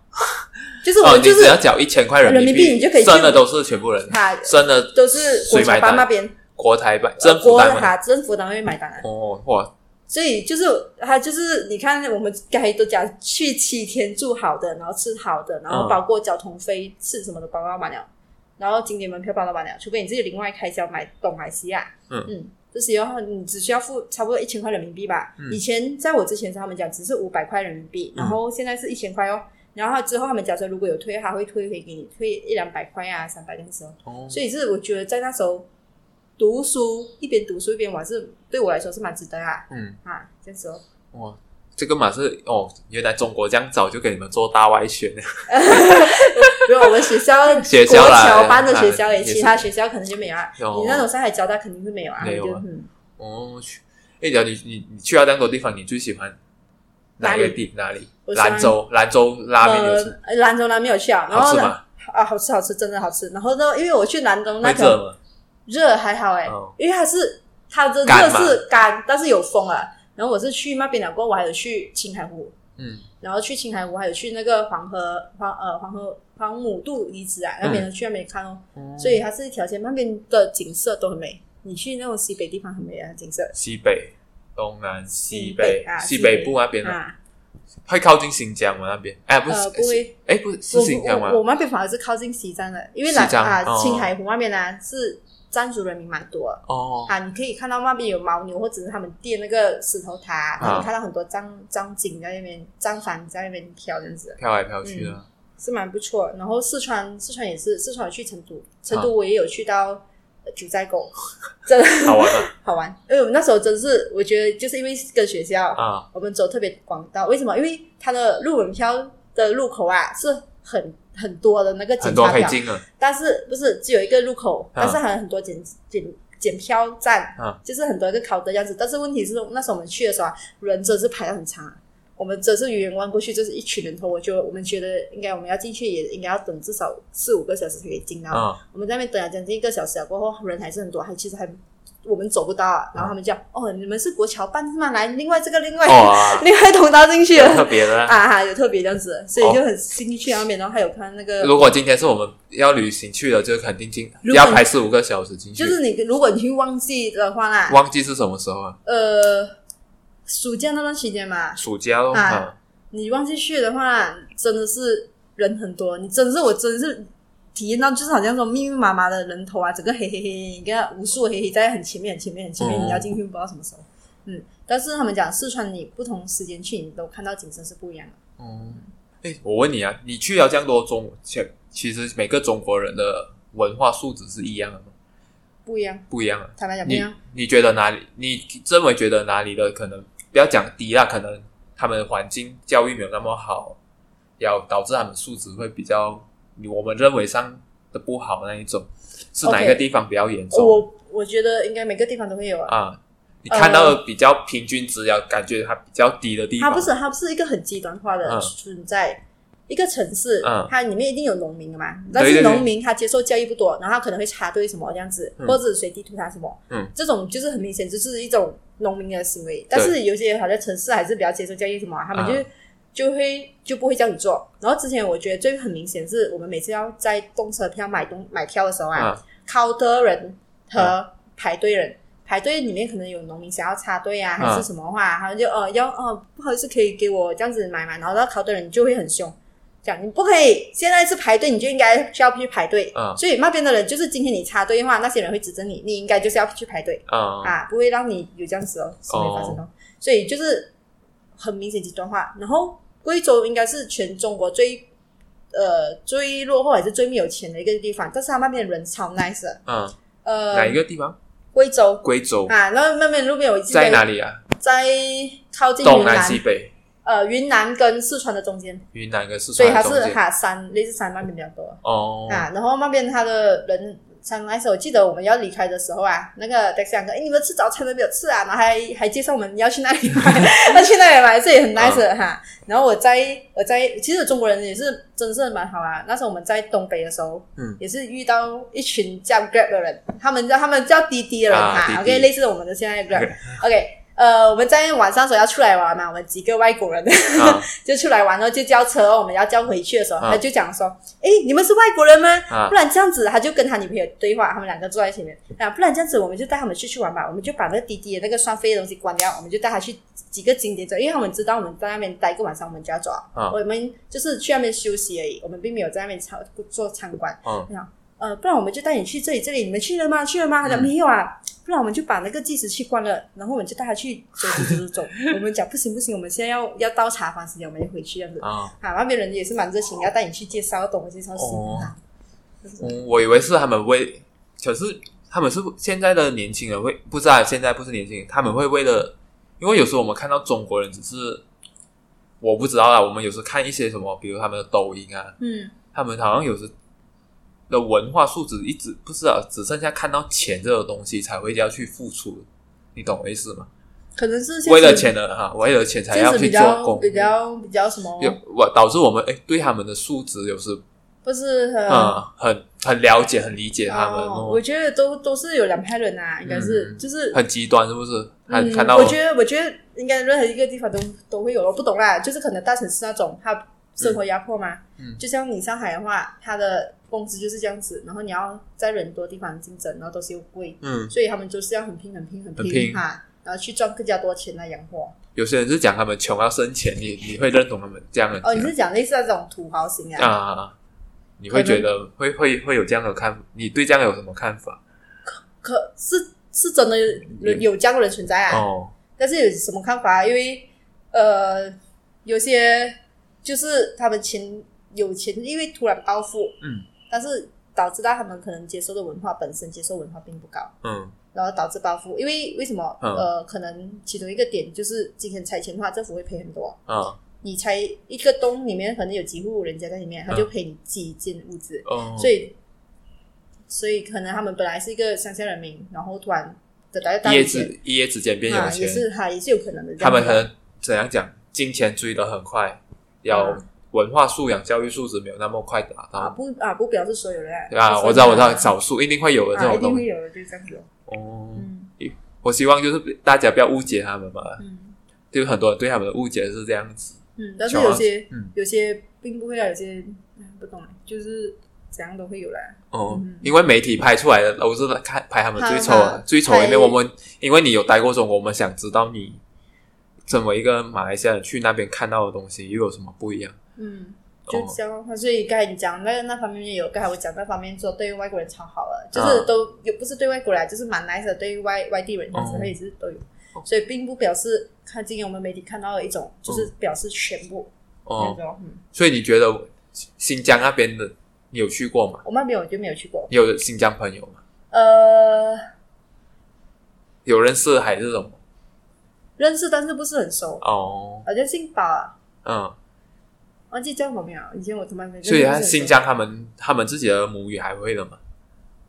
[SPEAKER 2] 就是我
[SPEAKER 1] 哦，
[SPEAKER 2] 们
[SPEAKER 1] 你
[SPEAKER 2] 就
[SPEAKER 1] 只
[SPEAKER 2] 是
[SPEAKER 1] 要缴一千块人
[SPEAKER 2] 人民
[SPEAKER 1] 币，
[SPEAKER 2] 币你就可以去
[SPEAKER 1] 生的都是全部人，
[SPEAKER 2] 他
[SPEAKER 1] 生的
[SPEAKER 2] 都是国
[SPEAKER 1] 谁
[SPEAKER 2] 侨
[SPEAKER 1] 买
[SPEAKER 2] 办那
[SPEAKER 1] 单？
[SPEAKER 2] 边
[SPEAKER 1] 国台办，
[SPEAKER 2] 呃
[SPEAKER 1] 政府
[SPEAKER 2] 国
[SPEAKER 1] 单位。
[SPEAKER 2] 哈政府单位买单啊，
[SPEAKER 1] 哦哇，
[SPEAKER 2] 所以就是他就是你看我们刚才都讲去七天住好的，然后吃好的，然后
[SPEAKER 1] 嗯
[SPEAKER 2] 包括交通费、吃什么的包括满了。然后经典门票包老板娘，除非你自己另外开销买东买西啊，
[SPEAKER 1] 嗯
[SPEAKER 2] 这些然后你只需要付差不多一千块人民币吧。
[SPEAKER 1] 嗯
[SPEAKER 2] 以前在我之前是他们讲只是五百块人民币，然后现在是一千块哦。然后之后他们讲说，如果有退，还会退回给你，退一两百块啊，三百这样子哦。
[SPEAKER 1] 哦，
[SPEAKER 2] 所以是我觉得在那时候读书，一边读书一边玩是对我来说是蛮值得啊
[SPEAKER 1] 嗯，
[SPEAKER 2] 啊，这样子 哦。
[SPEAKER 1] 哇，这个嘛是哦，原来中国这样早就给你们做大外宣了，
[SPEAKER 2] 比如我们学校
[SPEAKER 1] 学校
[SPEAKER 2] 国
[SPEAKER 1] 啦
[SPEAKER 2] 侨班的学校
[SPEAKER 1] 啊
[SPEAKER 2] 也，
[SPEAKER 1] 也是
[SPEAKER 2] 其他学校可能就没有啊。
[SPEAKER 1] 哦
[SPEAKER 2] 你那种上海交大肯定是没有啊，
[SPEAKER 1] 没有
[SPEAKER 2] 就
[SPEAKER 1] 啊
[SPEAKER 2] 嗯
[SPEAKER 1] 哦，去，哎，聊你你你去到那么多地方，你最喜欢哪个地哪里？
[SPEAKER 2] 我喜欢
[SPEAKER 1] 兰州，兰州拉面有吃
[SPEAKER 2] 呃，兰州拉面有去啊，然
[SPEAKER 1] 好
[SPEAKER 2] 后
[SPEAKER 1] 吃
[SPEAKER 2] 呢
[SPEAKER 1] 吗？
[SPEAKER 2] 啊，好吃好吃，真的好吃。然后呢，因为我去兰州
[SPEAKER 1] 会
[SPEAKER 2] 那
[SPEAKER 1] 热
[SPEAKER 2] 个
[SPEAKER 1] 吗？
[SPEAKER 2] 热还好哎、
[SPEAKER 1] 哦
[SPEAKER 2] 因为它是它的热
[SPEAKER 1] 干嘛
[SPEAKER 2] 是干，但是有风啊。然后我是去那边了过后，我还有去青海湖，
[SPEAKER 1] 嗯，
[SPEAKER 2] 然后去青海湖还有去那个黄河黄呃黄河黄母渡遗址啊，那
[SPEAKER 1] 嗯
[SPEAKER 2] 边去那边看哦。所以它是一条街，那边的景色都很美。你去那种西北地方很美啊，景色
[SPEAKER 1] 西北、东南、西
[SPEAKER 2] 北啊
[SPEAKER 1] 西
[SPEAKER 2] 西
[SPEAKER 1] 北
[SPEAKER 2] 北
[SPEAKER 1] 部那边啊，
[SPEAKER 2] 啊，
[SPEAKER 1] 会靠近新疆吗？那边？哎，不是
[SPEAKER 2] 呃，不会。
[SPEAKER 1] 哎，不是是新疆吗
[SPEAKER 2] 我我？我那边反而是靠近西藏的，因为那
[SPEAKER 1] 西藏
[SPEAKER 2] 啊、
[SPEAKER 1] 哦
[SPEAKER 2] 青海湖那边呢、啊是藏族人民蛮多的
[SPEAKER 1] 哦，
[SPEAKER 2] 啊，你可以看到那边有牦牛，或者是他们垫那个石头塔，然后你看到很多
[SPEAKER 1] 啊
[SPEAKER 2] 藏藏景在那边，藏房在那边跳这样子，
[SPEAKER 1] 飘来飘去的，
[SPEAKER 2] 是蛮不错的。然后四川四川也是，四川有去成都，成
[SPEAKER 1] 啊
[SPEAKER 2] 都我也有去到呃九寨沟，真的
[SPEAKER 1] 好玩啊吗？
[SPEAKER 2] 好玩，因为我们那时候真是我觉得就是因为跟学校
[SPEAKER 1] 啊，
[SPEAKER 2] 我们走特别广道，为什么？因为它的入门票的入口啊是很很多的那个检
[SPEAKER 1] 很多啊
[SPEAKER 2] 查
[SPEAKER 1] 可以
[SPEAKER 2] 票，
[SPEAKER 1] 进的，
[SPEAKER 2] 但是不是只有一个入口，
[SPEAKER 1] 啊
[SPEAKER 2] 但是还有很多检检检票站，
[SPEAKER 1] 啊
[SPEAKER 2] 就是很多一个考的样子。但是问题是，那时候我们去的时候啊，人真是排的很长啊。我们真是远远望过去，就是一群人头。我觉得我们觉得应该我们要进去，也应该要等至少四五个小时才可以进到。
[SPEAKER 1] 啊，
[SPEAKER 2] 我们在那边等了将近一个小时了，啊过后人还是很多，还其实还我们走不到啊。然后他们讲、哦，你们是国侨办是吗？来，另外这个另外、
[SPEAKER 1] 哇，
[SPEAKER 2] 另外通道进去
[SPEAKER 1] 哦啊特
[SPEAKER 2] 了
[SPEAKER 1] 别的啊。
[SPEAKER 2] 啊哈，有特别这样子，所以就很兴趣那边，然后还有看那个。
[SPEAKER 1] 如果今天是我们要旅行去的，就肯定进
[SPEAKER 2] 如果
[SPEAKER 1] 要排四五个小时进去
[SPEAKER 2] 就。是你，如果你去旺季的话啦，
[SPEAKER 1] 忘记是什么时候啊？
[SPEAKER 2] 呃，暑假那段时间嘛，
[SPEAKER 1] 暑假咯，
[SPEAKER 2] 啊
[SPEAKER 1] 啊
[SPEAKER 2] 你旺季去的话，真的是人很多，你真是我真是体验到，就是好像说密密麻麻的人头啊，整个黑黑黑，你看无数的黑黑在很前面、很前面、很前面，
[SPEAKER 1] 嗯
[SPEAKER 2] 你要进去不知道什么时候。嗯，但是他们讲四川，你不同时间去，你都看到景色是不一样的。
[SPEAKER 1] 嗯，哎，我问你啊，你去了这样多中，其其实每个中国人的文化素质是一样的吗？
[SPEAKER 2] 不一样，
[SPEAKER 1] 不一样啊。
[SPEAKER 2] 坦白讲不一
[SPEAKER 1] 你
[SPEAKER 2] 样。
[SPEAKER 1] 你觉得哪里？你认为觉得哪里的可能不要讲低啦，可能他们的环境教育没有那么好，要导致他们素质会比较我们认为上的不好那一种，是哪一个
[SPEAKER 2] OK
[SPEAKER 1] 地方比较严重
[SPEAKER 2] 我我觉得应该每个地方都会有啊。
[SPEAKER 1] 啊？你看到的比较平均值，要感觉它比较低的地
[SPEAKER 2] 呃它
[SPEAKER 1] 方，
[SPEAKER 2] 不是，它不是一个很极端化的
[SPEAKER 1] 嗯
[SPEAKER 2] 存在。一个城市，
[SPEAKER 1] 嗯
[SPEAKER 2] 它里面一定有农民的嘛，但
[SPEAKER 1] 对
[SPEAKER 2] 是
[SPEAKER 1] 对对
[SPEAKER 2] 农民他接受教育不多，然后他可能会插队什么这样子，
[SPEAKER 1] 嗯
[SPEAKER 2] 或者随地吐痰什么，
[SPEAKER 1] 嗯
[SPEAKER 2] 这种就是很明显就是一种农民的行为。但是有些好像城市还是比较接受教育什么啊，他们就、
[SPEAKER 1] 嗯
[SPEAKER 2] 就会就不会叫你做。然后之前我觉得最很明显是我们每次要在动车票买东买票的时候啊，
[SPEAKER 1] 啊
[SPEAKER 2] 靠的人和排队人。排队里面可能有农民想要插队啊，还是什么话、他们就呃要呃不好意思，可以给我这样子买嘛，然后那靠的人就会很凶，讲你不可以，现在是排队，你就应该需要去排队。
[SPEAKER 1] 嗯
[SPEAKER 2] 所以那边的人就是今天你插队的话，那些人会指责你，你应该就是要去排队、
[SPEAKER 1] 嗯
[SPEAKER 2] 啊，不会让你有这样子哦行为发生哦。所以就是很明显极端化。然后贵州应该是全中国最呃最落后还是最没有钱的一个地方，但是他那边的人超 nice 的。
[SPEAKER 1] 嗯，
[SPEAKER 2] 呃，
[SPEAKER 1] 哪一个地方？
[SPEAKER 2] 贵州
[SPEAKER 1] 贵州
[SPEAKER 2] 啊，那那边路边有一
[SPEAKER 1] 在哪？里啊？
[SPEAKER 2] 在靠近
[SPEAKER 1] 东
[SPEAKER 2] 云
[SPEAKER 1] 南
[SPEAKER 2] 南
[SPEAKER 1] 西，北，
[SPEAKER 2] 呃，云南跟四川的中间，
[SPEAKER 1] 云南跟四
[SPEAKER 2] 所以
[SPEAKER 1] 川
[SPEAKER 2] 它
[SPEAKER 1] 的中
[SPEAKER 2] 是
[SPEAKER 1] 间。
[SPEAKER 2] 哈山类似山那边比较多。
[SPEAKER 1] 哦，
[SPEAKER 2] 啊，然后那边他的人上来的时候，我记得我们要离开的时候啊，那个 taxi 哥，哎，你们吃早餐都没有吃啊？然后还 还介绍我们要去那里买， 要去那里买，这也很
[SPEAKER 1] 啊
[SPEAKER 2] nice 的哈。然后我在我在，其实中国人也是真是蛮好啊。那时候我们在东北的时候，
[SPEAKER 1] 嗯
[SPEAKER 2] 也是遇到一群叫 Grab 的人，他们叫他们叫滴滴的人
[SPEAKER 1] 啊
[SPEAKER 2] 哈、
[SPEAKER 1] 滴滴
[SPEAKER 2] o k 类似我们的现在的 Grab，OK、呃，我们在晚上的时候要出来玩嘛，我们几个外国人，
[SPEAKER 1] 啊
[SPEAKER 2] 就出来玩了，就叫车，我们要叫回去的时候，
[SPEAKER 1] 啊
[SPEAKER 2] 他就讲说：“哎，你们是外国人吗？
[SPEAKER 1] 啊
[SPEAKER 2] 不然这样子，他就跟他女朋友对话，他们两个坐在前面啊，不然这样子，我们就带他们出去玩吧，我们就把那个滴滴的那个算费的东西关掉，我们就带他去几个景点走，因为他们知道我们在那边待一个晚上，我们就要走了，
[SPEAKER 1] 啊
[SPEAKER 2] 我们就是去那边休息而已，我们并没有在那边超做参观。
[SPEAKER 1] 嗯
[SPEAKER 2] 然后呃，不然我们就带你去这里这里，你们去了吗？去了吗？他讲没有啊，不然我们就把那个计时器关了，然后我们就带他去走走走走走。我们讲不行不行，我们现在要要到茶房时间，我们就回去这样子。
[SPEAKER 1] 啊、
[SPEAKER 2] 啊，那边人也是蛮热情，要带你去介绍，懂我介绍行
[SPEAKER 1] 哦
[SPEAKER 2] 啊。
[SPEAKER 1] 嗯，我以为是他们为，可是他们是现在的年轻人会不知道，现在不是年轻人，他们会为了，因为有时候我们看到中国人只是我不知道啦，我们有时看一些什么，比如他们的抖音啊，
[SPEAKER 2] 嗯，
[SPEAKER 1] 他们好像有时的文化素质一直不知道，只剩下看到钱这种东西才会要去付出，你懂我意思吗？
[SPEAKER 2] 可能是现
[SPEAKER 1] 为了
[SPEAKER 2] 实，
[SPEAKER 1] 钱的哈，为了钱才
[SPEAKER 2] 现
[SPEAKER 1] 要
[SPEAKER 2] 实比
[SPEAKER 1] 去做
[SPEAKER 2] 较
[SPEAKER 1] 工，
[SPEAKER 2] 比较比较什么，
[SPEAKER 1] 有我导致我们哎对他们的素质有时
[SPEAKER 2] 不是很。
[SPEAKER 1] 啊、很很了解，很理解他们，
[SPEAKER 2] 嗯哦
[SPEAKER 1] 哦
[SPEAKER 2] 我觉得都都是有两派人啊，应该是、
[SPEAKER 1] 嗯
[SPEAKER 2] 就是
[SPEAKER 1] 很极端是不是？看、
[SPEAKER 2] 嗯
[SPEAKER 1] 看到
[SPEAKER 2] 我觉得，我觉得应该任何一个地方都都会有咯。我不懂啦，就是可能大城市那种，它生活压迫嘛。
[SPEAKER 1] 嗯
[SPEAKER 2] 就像你上海的话，它的工资就是这样子，然后你要在人多地方竞争，然后东西又贵，
[SPEAKER 1] 嗯，
[SPEAKER 2] 所以他们就是要很拼、很拼、很
[SPEAKER 1] 很拼
[SPEAKER 2] 哈，然后去赚更加多钱来养活。
[SPEAKER 1] 有些人是讲他们穷要生钱，你你会认同他们这样的
[SPEAKER 2] 哦，你是讲类似那种土豪型
[SPEAKER 1] 啊
[SPEAKER 2] 啊？
[SPEAKER 1] 啊，啊你会觉得会会会有这样的看，你对这样有什么看法？
[SPEAKER 2] 可是是真的有有这样的人存在
[SPEAKER 1] 嗯
[SPEAKER 2] 啊？
[SPEAKER 1] 哦，
[SPEAKER 2] 但是有什么看法？因为呃，有些就是他们钱有钱，因为突然暴富，
[SPEAKER 1] 嗯，
[SPEAKER 2] 但是导致到他们可能接受的文化本身接受文化并不高，
[SPEAKER 1] 嗯
[SPEAKER 2] 然后导致暴富。因为为什么？
[SPEAKER 1] 嗯
[SPEAKER 2] 呃，可能其中一个点就是今天拆迁的话，政府会赔很多。
[SPEAKER 1] 啊
[SPEAKER 2] 你拆一个洞里面可能有几户人家在里面，他就赔你几间屋子，
[SPEAKER 1] 嗯哦，
[SPEAKER 2] 所以所以可能他们本来是一个乡下人民，然后突然得到大
[SPEAKER 1] 一夜
[SPEAKER 2] 有钱，
[SPEAKER 1] 之一夜之间变有
[SPEAKER 2] 啊，也
[SPEAKER 1] 钱，
[SPEAKER 2] 是哈，也是有可能的这样子。
[SPEAKER 1] 他们可能怎样讲，金钱追得很快，要
[SPEAKER 2] 嗯
[SPEAKER 1] 文化素养、教育素质没有那么快达
[SPEAKER 2] 啊，
[SPEAKER 1] 到。
[SPEAKER 2] 不啊，不表示所有人啊
[SPEAKER 1] 对啊，我知道，我知道，少数一定会有的这
[SPEAKER 2] 啊，一
[SPEAKER 1] 种
[SPEAKER 2] 定
[SPEAKER 1] 东
[SPEAKER 2] 会
[SPEAKER 1] 西。
[SPEAKER 2] 有的，就这样子。
[SPEAKER 1] 哦，
[SPEAKER 2] 嗯
[SPEAKER 1] 我希望就是大家不要误解他们嘛，
[SPEAKER 2] 嗯
[SPEAKER 1] 就是很多人对他们的误解是这样子。
[SPEAKER 2] 嗯，但是有些
[SPEAKER 1] 嗯，
[SPEAKER 2] 有些并不会啊，有些嗯不懂啊，就是怎样都会有啦。
[SPEAKER 1] 哦
[SPEAKER 2] 嗯，
[SPEAKER 1] 因为媒体拍出来的都是看拍他们最丑
[SPEAKER 2] 他
[SPEAKER 1] 啊
[SPEAKER 2] 们，
[SPEAKER 1] 最丑的一
[SPEAKER 2] 拍
[SPEAKER 1] 面。我们因为你有待过中国，我们想知道你怎么一个马来西亚人去那边看到的东西又有什么不一样。
[SPEAKER 2] 嗯，就
[SPEAKER 1] 哦，
[SPEAKER 2] 这样的话，所以刚才你讲那个那方面也有，刚才我讲那方面说对外国人超好了，就是
[SPEAKER 1] 啊
[SPEAKER 2] 都也不是对外国人，就是蛮 nice 的，对外外地人这样
[SPEAKER 1] 哦
[SPEAKER 2] 子，也是都有。所以并不表示看今天我们媒体看到的一种，就是表示全部那
[SPEAKER 1] 哦，
[SPEAKER 2] 种。嗯，
[SPEAKER 1] 所以你觉得新疆那边的你有去过吗？
[SPEAKER 2] 我那边我就没有去过。
[SPEAKER 1] 你有新疆朋友吗？嗯
[SPEAKER 2] 呃，
[SPEAKER 1] 有认识还是什么？
[SPEAKER 2] 认识，但是不是很熟，
[SPEAKER 1] 哦，
[SPEAKER 2] 好像姓宝啊，
[SPEAKER 1] 嗯，
[SPEAKER 2] 忘记叫什么名了。以前我他妈没认识
[SPEAKER 1] 所以
[SPEAKER 2] 不是
[SPEAKER 1] 他
[SPEAKER 2] 很熟
[SPEAKER 1] 新疆他们他们自己的母语还会的嘛？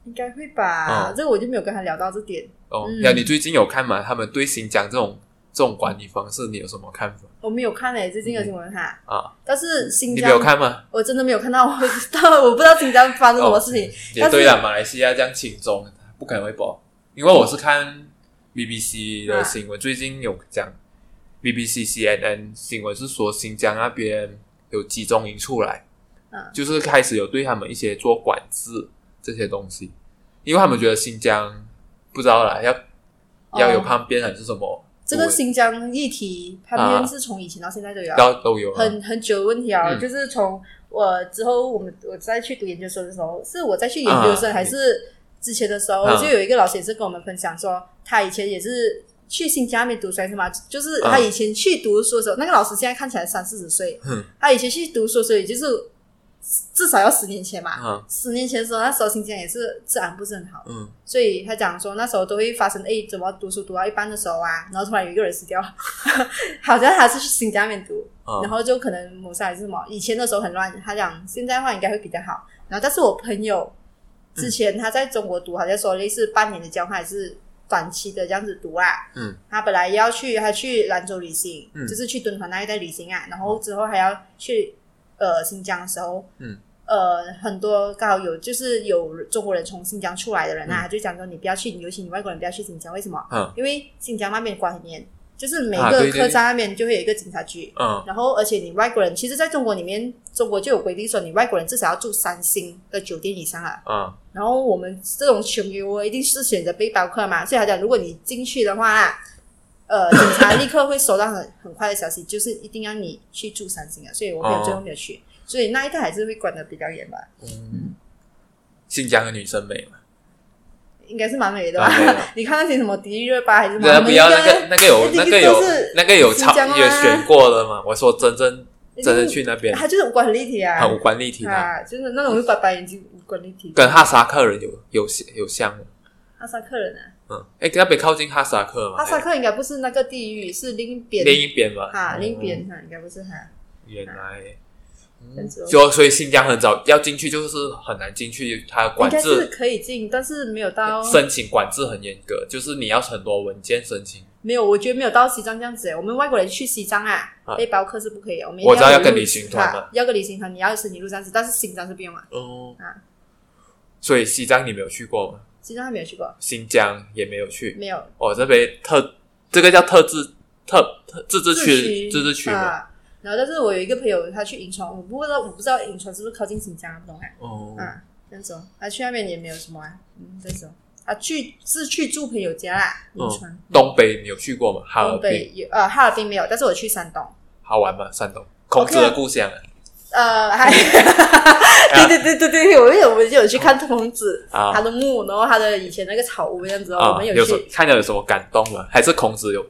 [SPEAKER 2] 应该会吧？
[SPEAKER 1] 嗯
[SPEAKER 2] 这个我就没有跟他聊到这点，
[SPEAKER 1] 哦，
[SPEAKER 2] 嗯
[SPEAKER 1] 那、你最近有看吗？他们对新疆这种这种管理方式，你有什么看法
[SPEAKER 2] 我没有看诶、最近的新闻哈。
[SPEAKER 1] 啊？
[SPEAKER 2] 但是新
[SPEAKER 1] 你
[SPEAKER 2] 疆
[SPEAKER 1] 没有看吗？
[SPEAKER 2] 我真的没有看到， 我不知道，我不知道新疆发生什么事情。
[SPEAKER 1] 也
[SPEAKER 2] 但是
[SPEAKER 1] 对了，马来西亚这样轻松，不可能会报，因为我是看 BBC
[SPEAKER 2] 啊
[SPEAKER 1] 的新闻，最近有讲 BBC、CNN 新闻是说新疆那边有集中营出来，
[SPEAKER 2] 嗯
[SPEAKER 1] 就是开始有对他们一些做管制这些东西，因为他们觉得新疆不知道啦，要、
[SPEAKER 2] 哦
[SPEAKER 1] 要有叛变还是什么，
[SPEAKER 2] 这个
[SPEAKER 1] 我
[SPEAKER 2] 新疆议题，他
[SPEAKER 1] 啊
[SPEAKER 2] 们是从以前到现在都有啊，
[SPEAKER 1] 到都有啊
[SPEAKER 2] 很很久的问题啊。
[SPEAKER 1] 嗯
[SPEAKER 2] 就是从我之后，我们我再去读研究生的时候，是我再去研究生、
[SPEAKER 1] 啊
[SPEAKER 2] 还是之前的时候，
[SPEAKER 1] 啊
[SPEAKER 2] 就有一个老师也是跟我们分享说，他以前也是。去新疆那边读书还是嘛，就是
[SPEAKER 1] 啊
[SPEAKER 2] 他以前去读书的时候，那个老师现在看起来三四十岁，
[SPEAKER 1] 哼
[SPEAKER 2] 他以前去读书的时候，也就是至少要十年前嘛。
[SPEAKER 1] 嗯
[SPEAKER 2] 十年前的时候，那时候新疆也是治安不是很好，
[SPEAKER 1] 嗯
[SPEAKER 2] 所以他讲说那时候都会发生，哎，怎么读书读到一半的时候啊，然后突然有一个人死掉， 好像他是去新疆那边读，
[SPEAKER 1] 嗯，
[SPEAKER 2] 然后就可能谋杀还是什么。以前的时候很乱，他讲现在的话应该会比较好。然后，但是我朋友
[SPEAKER 1] 嗯
[SPEAKER 2] 之前他在中国读，好像说类似半年的交换还是短期的这样子读啊。
[SPEAKER 1] 嗯，
[SPEAKER 2] 他本来要去，他去兰州旅行，
[SPEAKER 1] 嗯哦
[SPEAKER 2] 就是去敦煌那一带旅行啊。然后之后还要去呃新疆的时候，
[SPEAKER 1] 嗯，
[SPEAKER 2] 呃，很多刚好有就是有中国人从新疆出来的人
[SPEAKER 1] 嗯
[SPEAKER 2] 啊，他就讲说你不要去，尤其你外国人不要去新疆，为什么？
[SPEAKER 1] 嗯
[SPEAKER 2] 因为新疆那边管很严，就是每
[SPEAKER 1] 啊
[SPEAKER 2] 个
[SPEAKER 1] 对对
[SPEAKER 2] 客栈那边就会有一个警察局。
[SPEAKER 1] 嗯
[SPEAKER 2] 然后，而且你外国人，其实在中国里面，中国就有规定说，你外国人至少要住三星的酒店以上啊。
[SPEAKER 1] 嗯
[SPEAKER 2] 然后我们这种穷游啊，一定是选择背包客嘛。所以他讲，如果你进去的话啊，呃，警察立刻会收到很很快的消息，就是一定要你去住三星啊。所以我没有
[SPEAKER 1] 哦
[SPEAKER 2] 最后没有去，所以那一带还是会管的比较严吧。
[SPEAKER 1] 嗯，新疆的女生美嘛？
[SPEAKER 2] 应该是蛮美的吧
[SPEAKER 1] 蛮美的？
[SPEAKER 2] 你看那些什么迪丽热巴还是什么
[SPEAKER 1] 对啊，，
[SPEAKER 2] 他们
[SPEAKER 1] 不要
[SPEAKER 2] 应
[SPEAKER 1] 那
[SPEAKER 2] 该
[SPEAKER 1] 个那个有
[SPEAKER 2] 一定
[SPEAKER 1] 那个有
[SPEAKER 2] 都是
[SPEAKER 1] 那个有
[SPEAKER 2] 新
[SPEAKER 1] 超
[SPEAKER 2] 疆啊
[SPEAKER 1] 有选过的嘛？我说真正
[SPEAKER 2] 一定
[SPEAKER 1] 真正去那边
[SPEAKER 2] 他就是五官立体啊，
[SPEAKER 1] 很无关立体的，
[SPEAKER 2] 啊，就是那种白白眼睛五官立体，
[SPEAKER 1] 跟哈萨克人有有有像的。
[SPEAKER 2] 哈萨克人啊，
[SPEAKER 1] 嗯，哎，那边靠近哈萨克嘛？哎
[SPEAKER 2] 哈萨克应该不是那个地域，是另一边
[SPEAKER 1] 另一边嘛？
[SPEAKER 2] 哈，另一
[SPEAKER 1] 哦。
[SPEAKER 2] 边哈，应该不是哈，
[SPEAKER 1] 原来，嗯
[SPEAKER 2] 这样子哦
[SPEAKER 1] 就所以新疆很早要进去就是很难进去，它
[SPEAKER 2] 应
[SPEAKER 1] 管
[SPEAKER 2] 该是
[SPEAKER 1] 制
[SPEAKER 2] 可以进，但是没有到
[SPEAKER 1] 申请管制很严格，就是你要很多文件申请。
[SPEAKER 2] 没有，我觉得没有到西藏这样子耶。哎我们外国人去西藏啊
[SPEAKER 1] 啊，
[SPEAKER 2] 背包客是不可以的，我们
[SPEAKER 1] 我知道要
[SPEAKER 2] 有
[SPEAKER 1] 跟
[SPEAKER 2] 入
[SPEAKER 1] 旅行团的
[SPEAKER 2] 啊要跟旅行团，你要申请入藏纸，但是新疆是不用啊。
[SPEAKER 1] 哦
[SPEAKER 2] 啊，
[SPEAKER 1] 所以西藏你没有去过吗？
[SPEAKER 2] 西藏还没有去过，
[SPEAKER 1] 新疆也没有去。
[SPEAKER 2] 没有
[SPEAKER 1] 我、这边特这个叫特自特特自治区自治区嘛。
[SPEAKER 2] 啊。然后，但是我有一个朋友，他去银川，我不知道，我不知道银川是不是靠近新疆啊，不懂啊。
[SPEAKER 1] 哦，
[SPEAKER 2] 啊，这样子哦，他去那边也没有什么啊，嗯，这样子哦。他去是去住朋友家啦，
[SPEAKER 1] 哦
[SPEAKER 2] 银川。
[SPEAKER 1] 东北你有去过吗？哈尔
[SPEAKER 2] 东
[SPEAKER 1] 滨
[SPEAKER 2] 北有呃哈尔滨没有，但是我去山东，
[SPEAKER 1] 好玩吗？山东孔子
[SPEAKER 2] OK 啊
[SPEAKER 1] 的故乡啊。
[SPEAKER 2] 呃， 还对对对对对，我有我就有去看孔子
[SPEAKER 1] 啊
[SPEAKER 2] 他的墓，然后他的以前那个草屋这样子哦，我
[SPEAKER 1] 啊，
[SPEAKER 2] 们
[SPEAKER 1] 有什么
[SPEAKER 2] 去，
[SPEAKER 1] 看到有什么感动吗？还是孔子有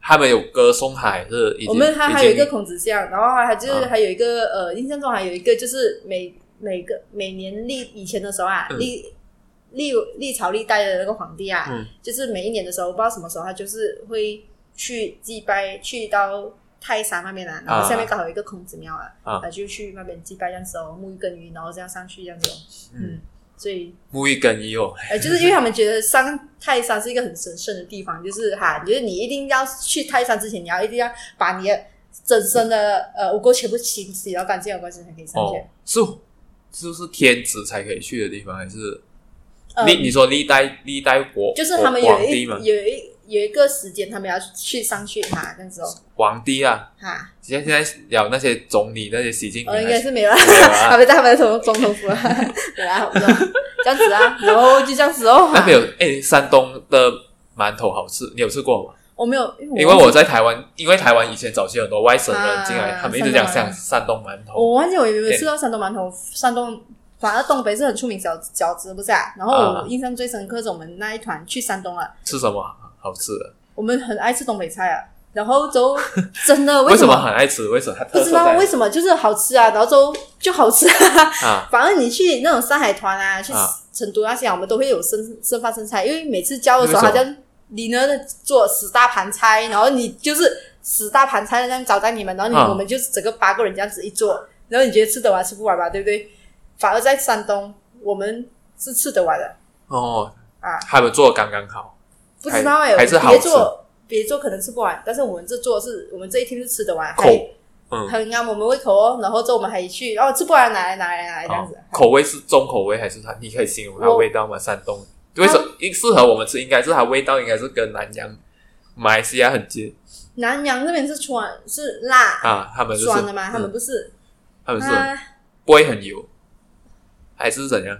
[SPEAKER 1] 他们有歌颂他，还是已经
[SPEAKER 2] 我们还
[SPEAKER 1] 已
[SPEAKER 2] 还有一个
[SPEAKER 1] 经
[SPEAKER 2] 孔子像，然后还就是
[SPEAKER 1] 啊
[SPEAKER 2] 还有一个呃，印象中还有一个就是每每个每年历以前的时候啊，
[SPEAKER 1] 嗯
[SPEAKER 2] 历历历朝历代的那个皇帝啊，
[SPEAKER 1] 嗯
[SPEAKER 2] 就是每一年的时候，不知道什么时候他就是会去祭拜，去到泰山那边啊，然后下面刚好有一个孔子庙啊，
[SPEAKER 1] 啊
[SPEAKER 2] 他就去那边祭拜这样子哦，沐浴耕耘，然后这样上去这样子哦，
[SPEAKER 1] 嗯
[SPEAKER 2] 嗯，所以。
[SPEAKER 1] 沐浴更衣哦，
[SPEAKER 2] 呃，就是因为他们觉得上泰山是一个很神圣的地方，就是哈，就是你一定要去泰山之前，你要一定要把你的整身的呃污垢全部清洗，然后干净了过后才可以上去。
[SPEAKER 1] 哦，是就是天子才可以去的地方，还是
[SPEAKER 2] 呃，
[SPEAKER 1] 历你说历代历代国
[SPEAKER 2] 就是他们
[SPEAKER 1] 国
[SPEAKER 2] 有
[SPEAKER 1] 皇
[SPEAKER 2] 一
[SPEAKER 1] 帝嘛，
[SPEAKER 2] 有一有一个时间，他们要去上去哈，这样子哦，
[SPEAKER 1] 皇帝啊，
[SPEAKER 2] 哈，
[SPEAKER 1] 现在现在有那些总理那些习近平
[SPEAKER 2] 呃，应
[SPEAKER 1] 还
[SPEAKER 2] 该
[SPEAKER 1] 是
[SPEAKER 2] 是没有啦，
[SPEAKER 1] 没有啊
[SPEAKER 2] 他们在他们的总总统府啊， 对啊，我不知道这样子啊，然后就这样子哦。哈
[SPEAKER 1] 那边有 哎，山东的馒头好吃，你有吃过吗？
[SPEAKER 2] 我没有，
[SPEAKER 1] 因为我在台湾，因为台湾以前早期很多外省人进来，
[SPEAKER 2] 啊
[SPEAKER 1] 他们一直讲
[SPEAKER 2] 山
[SPEAKER 1] 像
[SPEAKER 2] 东馒
[SPEAKER 1] 山东馒头，
[SPEAKER 2] 我忘记我有没有吃到山东馒头，山东。反正东北是很出名小饺子，不是啊？然后
[SPEAKER 1] 啊
[SPEAKER 2] 我印象最深刻是我们那一团去山东了，
[SPEAKER 1] 吃什么好吃的？
[SPEAKER 2] 我们很爱吃东北菜啊。然后就 真的
[SPEAKER 1] 为
[SPEAKER 2] 什
[SPEAKER 1] 什么很呃爱吃？为什么它
[SPEAKER 2] 不
[SPEAKER 1] 特
[SPEAKER 2] 知
[SPEAKER 1] 色在
[SPEAKER 2] 道
[SPEAKER 1] 哪
[SPEAKER 2] 为什么就是好吃啊？然后就就好吃啊。
[SPEAKER 1] 啊？
[SPEAKER 2] 反正你去那种上海团啊，去
[SPEAKER 1] 啊
[SPEAKER 2] 成都那些啊，我们都会有生生饭生菜，因为每次教的时候，
[SPEAKER 1] 为
[SPEAKER 2] 好
[SPEAKER 1] 什么
[SPEAKER 2] 像你呢做十大盘菜，然后你就是十大盘菜这样招待你们，然后你、
[SPEAKER 1] 啊
[SPEAKER 2] 我们就是整个八个人这样子一做，然后你觉得吃得完吃不完吧，对不对？反而在山东，我们是吃得完的
[SPEAKER 1] 哦，
[SPEAKER 2] 啊，
[SPEAKER 1] 他们做的刚刚好，
[SPEAKER 2] 不知道哎、
[SPEAKER 1] 还还是好
[SPEAKER 2] 别
[SPEAKER 1] 吃
[SPEAKER 2] 做别做可能吃不完，但是我们这做是我们这一天是吃得完，
[SPEAKER 1] 口
[SPEAKER 2] 还
[SPEAKER 1] 嗯，
[SPEAKER 2] 很啱我们胃口哦。然后之后我们还去，哦吃不完拿来拿来拿来这样
[SPEAKER 1] 好
[SPEAKER 2] 子。
[SPEAKER 1] 哦口味是重口味还是它？你可以形容它
[SPEAKER 2] 我
[SPEAKER 1] 味道吗？山东为什么应适合我们吃？应该是它味道应该是跟南洋、马来西亚很接
[SPEAKER 2] 南洋那边是川是辣
[SPEAKER 1] 啊，他们就是
[SPEAKER 2] 酸的嘛，他们
[SPEAKER 1] 嗯
[SPEAKER 2] 不是，
[SPEAKER 1] 他们是
[SPEAKER 2] 啊，
[SPEAKER 1] 不会很油，还是怎样？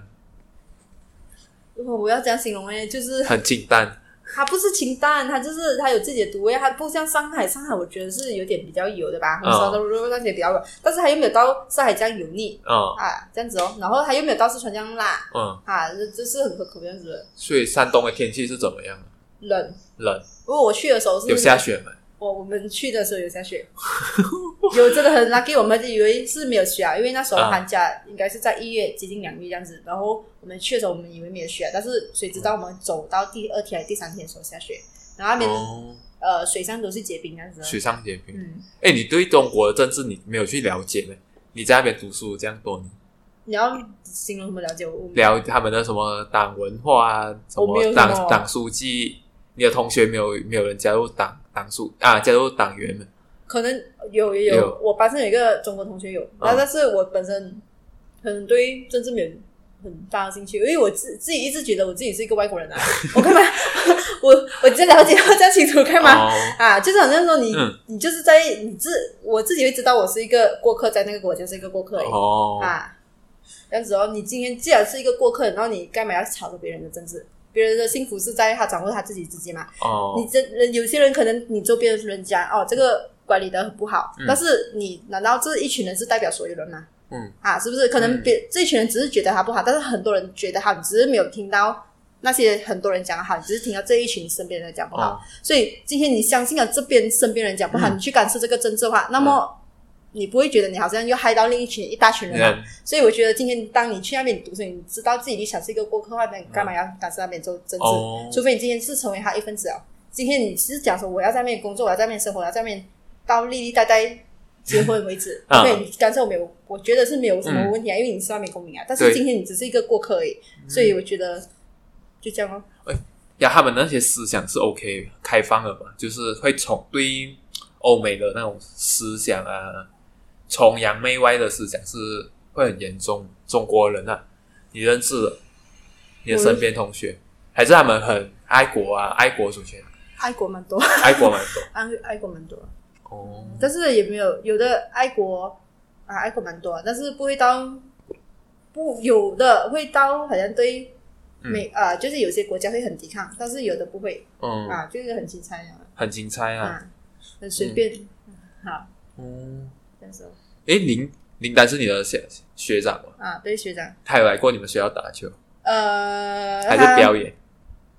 [SPEAKER 2] 如果我要这样形容哎，就是
[SPEAKER 1] 很清淡
[SPEAKER 2] 它不是清淡，它就是它有自己的独味，它不像上海，上海我觉得是有点比较油的
[SPEAKER 1] 啊
[SPEAKER 2] 吧，红烧的肉那些比较油，但是它又没有到上海这样油腻
[SPEAKER 1] 啊，
[SPEAKER 2] 啊，这样子哦，然后它又没有到四川这样辣
[SPEAKER 1] 嗯，
[SPEAKER 2] 啊，这这是很可口这样子的
[SPEAKER 1] 所以山东的天气是怎么样？
[SPEAKER 2] 冷。
[SPEAKER 1] 冷，
[SPEAKER 2] 不过我去的时候是
[SPEAKER 1] 有下雪吗？
[SPEAKER 2] 我我们去的时候有下雪， 有真的很 lucky，我们以为是没有雪啊，因为那时候
[SPEAKER 1] 啊
[SPEAKER 2] 寒假应该是在一月接近两月这样子，然后我们去的时候我们以为没有雪啊，但是谁知道我们走到第二天还是第三天的时候下雪，然后那边、
[SPEAKER 1] 哦，
[SPEAKER 2] 呃水上都是结冰这样子的，啊
[SPEAKER 1] 雪上结冰。
[SPEAKER 2] 嗯，
[SPEAKER 1] 哎，你对中国的政治你没有去了解呢？你在那边读书这样多年，
[SPEAKER 2] 你要形容什么了解我？我
[SPEAKER 1] 聊他们的什么党文化啊，什
[SPEAKER 2] 哦我没有
[SPEAKER 1] 么
[SPEAKER 2] 什
[SPEAKER 1] 党
[SPEAKER 2] 么
[SPEAKER 1] 党书记，你的同学没有没有人加入党党书啊，加入党员们
[SPEAKER 2] 可能有也有，
[SPEAKER 1] 有啊
[SPEAKER 2] 我班上有一个中国同学有，然后但是我本身可能对政治没有很大的兴趣，因为我自自己一直觉得我自己是一个外 国人啊，我干嘛 我我这了解要这样清楚干嘛？
[SPEAKER 1] 哦，
[SPEAKER 2] 啊，就是好像说你、
[SPEAKER 1] 嗯
[SPEAKER 2] 你就是在你自我自己会知道我是一个过客，在那个国家是一个过客而已、
[SPEAKER 1] 哦，
[SPEAKER 2] 啊，这样子哦，你今天既然是一个过客，然后你干嘛要吵着别人的政治？别人的幸福是在他掌握他自己自己嘛，你
[SPEAKER 1] 哦，
[SPEAKER 2] 这人有些人可能你周边的人家哦，这个管理的很不好，
[SPEAKER 1] 嗯
[SPEAKER 2] 但是你难道这一群人是代表所有人吗？
[SPEAKER 1] 嗯，
[SPEAKER 2] 啊，是不是？可能别、这群人只是觉得他不好，但是很多人觉得好，你只是没有听到那些很多人讲好，你只是听到这一群身边人讲不好。
[SPEAKER 1] 哦
[SPEAKER 2] 所以今天你相信了这边身边人讲不好，
[SPEAKER 1] 嗯
[SPEAKER 2] 你去干涉这个政治化，那么。你不会觉得你好像又害到另一群一大群人嘛？
[SPEAKER 1] 嗯
[SPEAKER 2] 所以我觉得今天当你去那边读书，你知道自己理想是一个过客的话，那你干嘛要干涉那边做政治？
[SPEAKER 1] 哦，。
[SPEAKER 2] 除非你今天是成啊为他一份子啊。今天你是讲说我要在那边工作，我要在那边生活，我要在那边到历历代代结婚为止
[SPEAKER 1] 啊嗯
[SPEAKER 2] 对，你干涉我没有，我觉得是没有什么问题啊，因为你是那边公民啊。但
[SPEAKER 1] 对
[SPEAKER 2] 是今天你只是一个过客而已，所以我觉得就这样咯。
[SPEAKER 1] 呀，他们那些思想是 OK 开放的嘛，就是会从对欧美的那种思想啊，崇洋媚外的思想是会很严重。中国人啊，你认识的，你的身边同学，还是他们很爱国啊，爱国主权，
[SPEAKER 2] 爱国蛮多，
[SPEAKER 1] 爱国蛮多。
[SPEAKER 2] 爱爱国蛮多，
[SPEAKER 1] 哦，
[SPEAKER 2] 但是也没有有的爱国啊，爱国蛮多，但是不会到不有的会到好像对
[SPEAKER 1] 嗯
[SPEAKER 2] 美、啊，就是有些国家会很抵抗，但是有的不会
[SPEAKER 1] 嗯，
[SPEAKER 2] 啊，就是很精彩啊。
[SPEAKER 1] 很精彩啊。
[SPEAKER 2] 啊，很随便。好，
[SPEAKER 1] 嗯，
[SPEAKER 2] 这样说
[SPEAKER 1] 诶，林林丹是你的学学长吗？
[SPEAKER 2] 啊，对学长，
[SPEAKER 1] 他有来过你们学校打球，
[SPEAKER 2] 呃，
[SPEAKER 1] 还是
[SPEAKER 2] 他
[SPEAKER 1] 表演？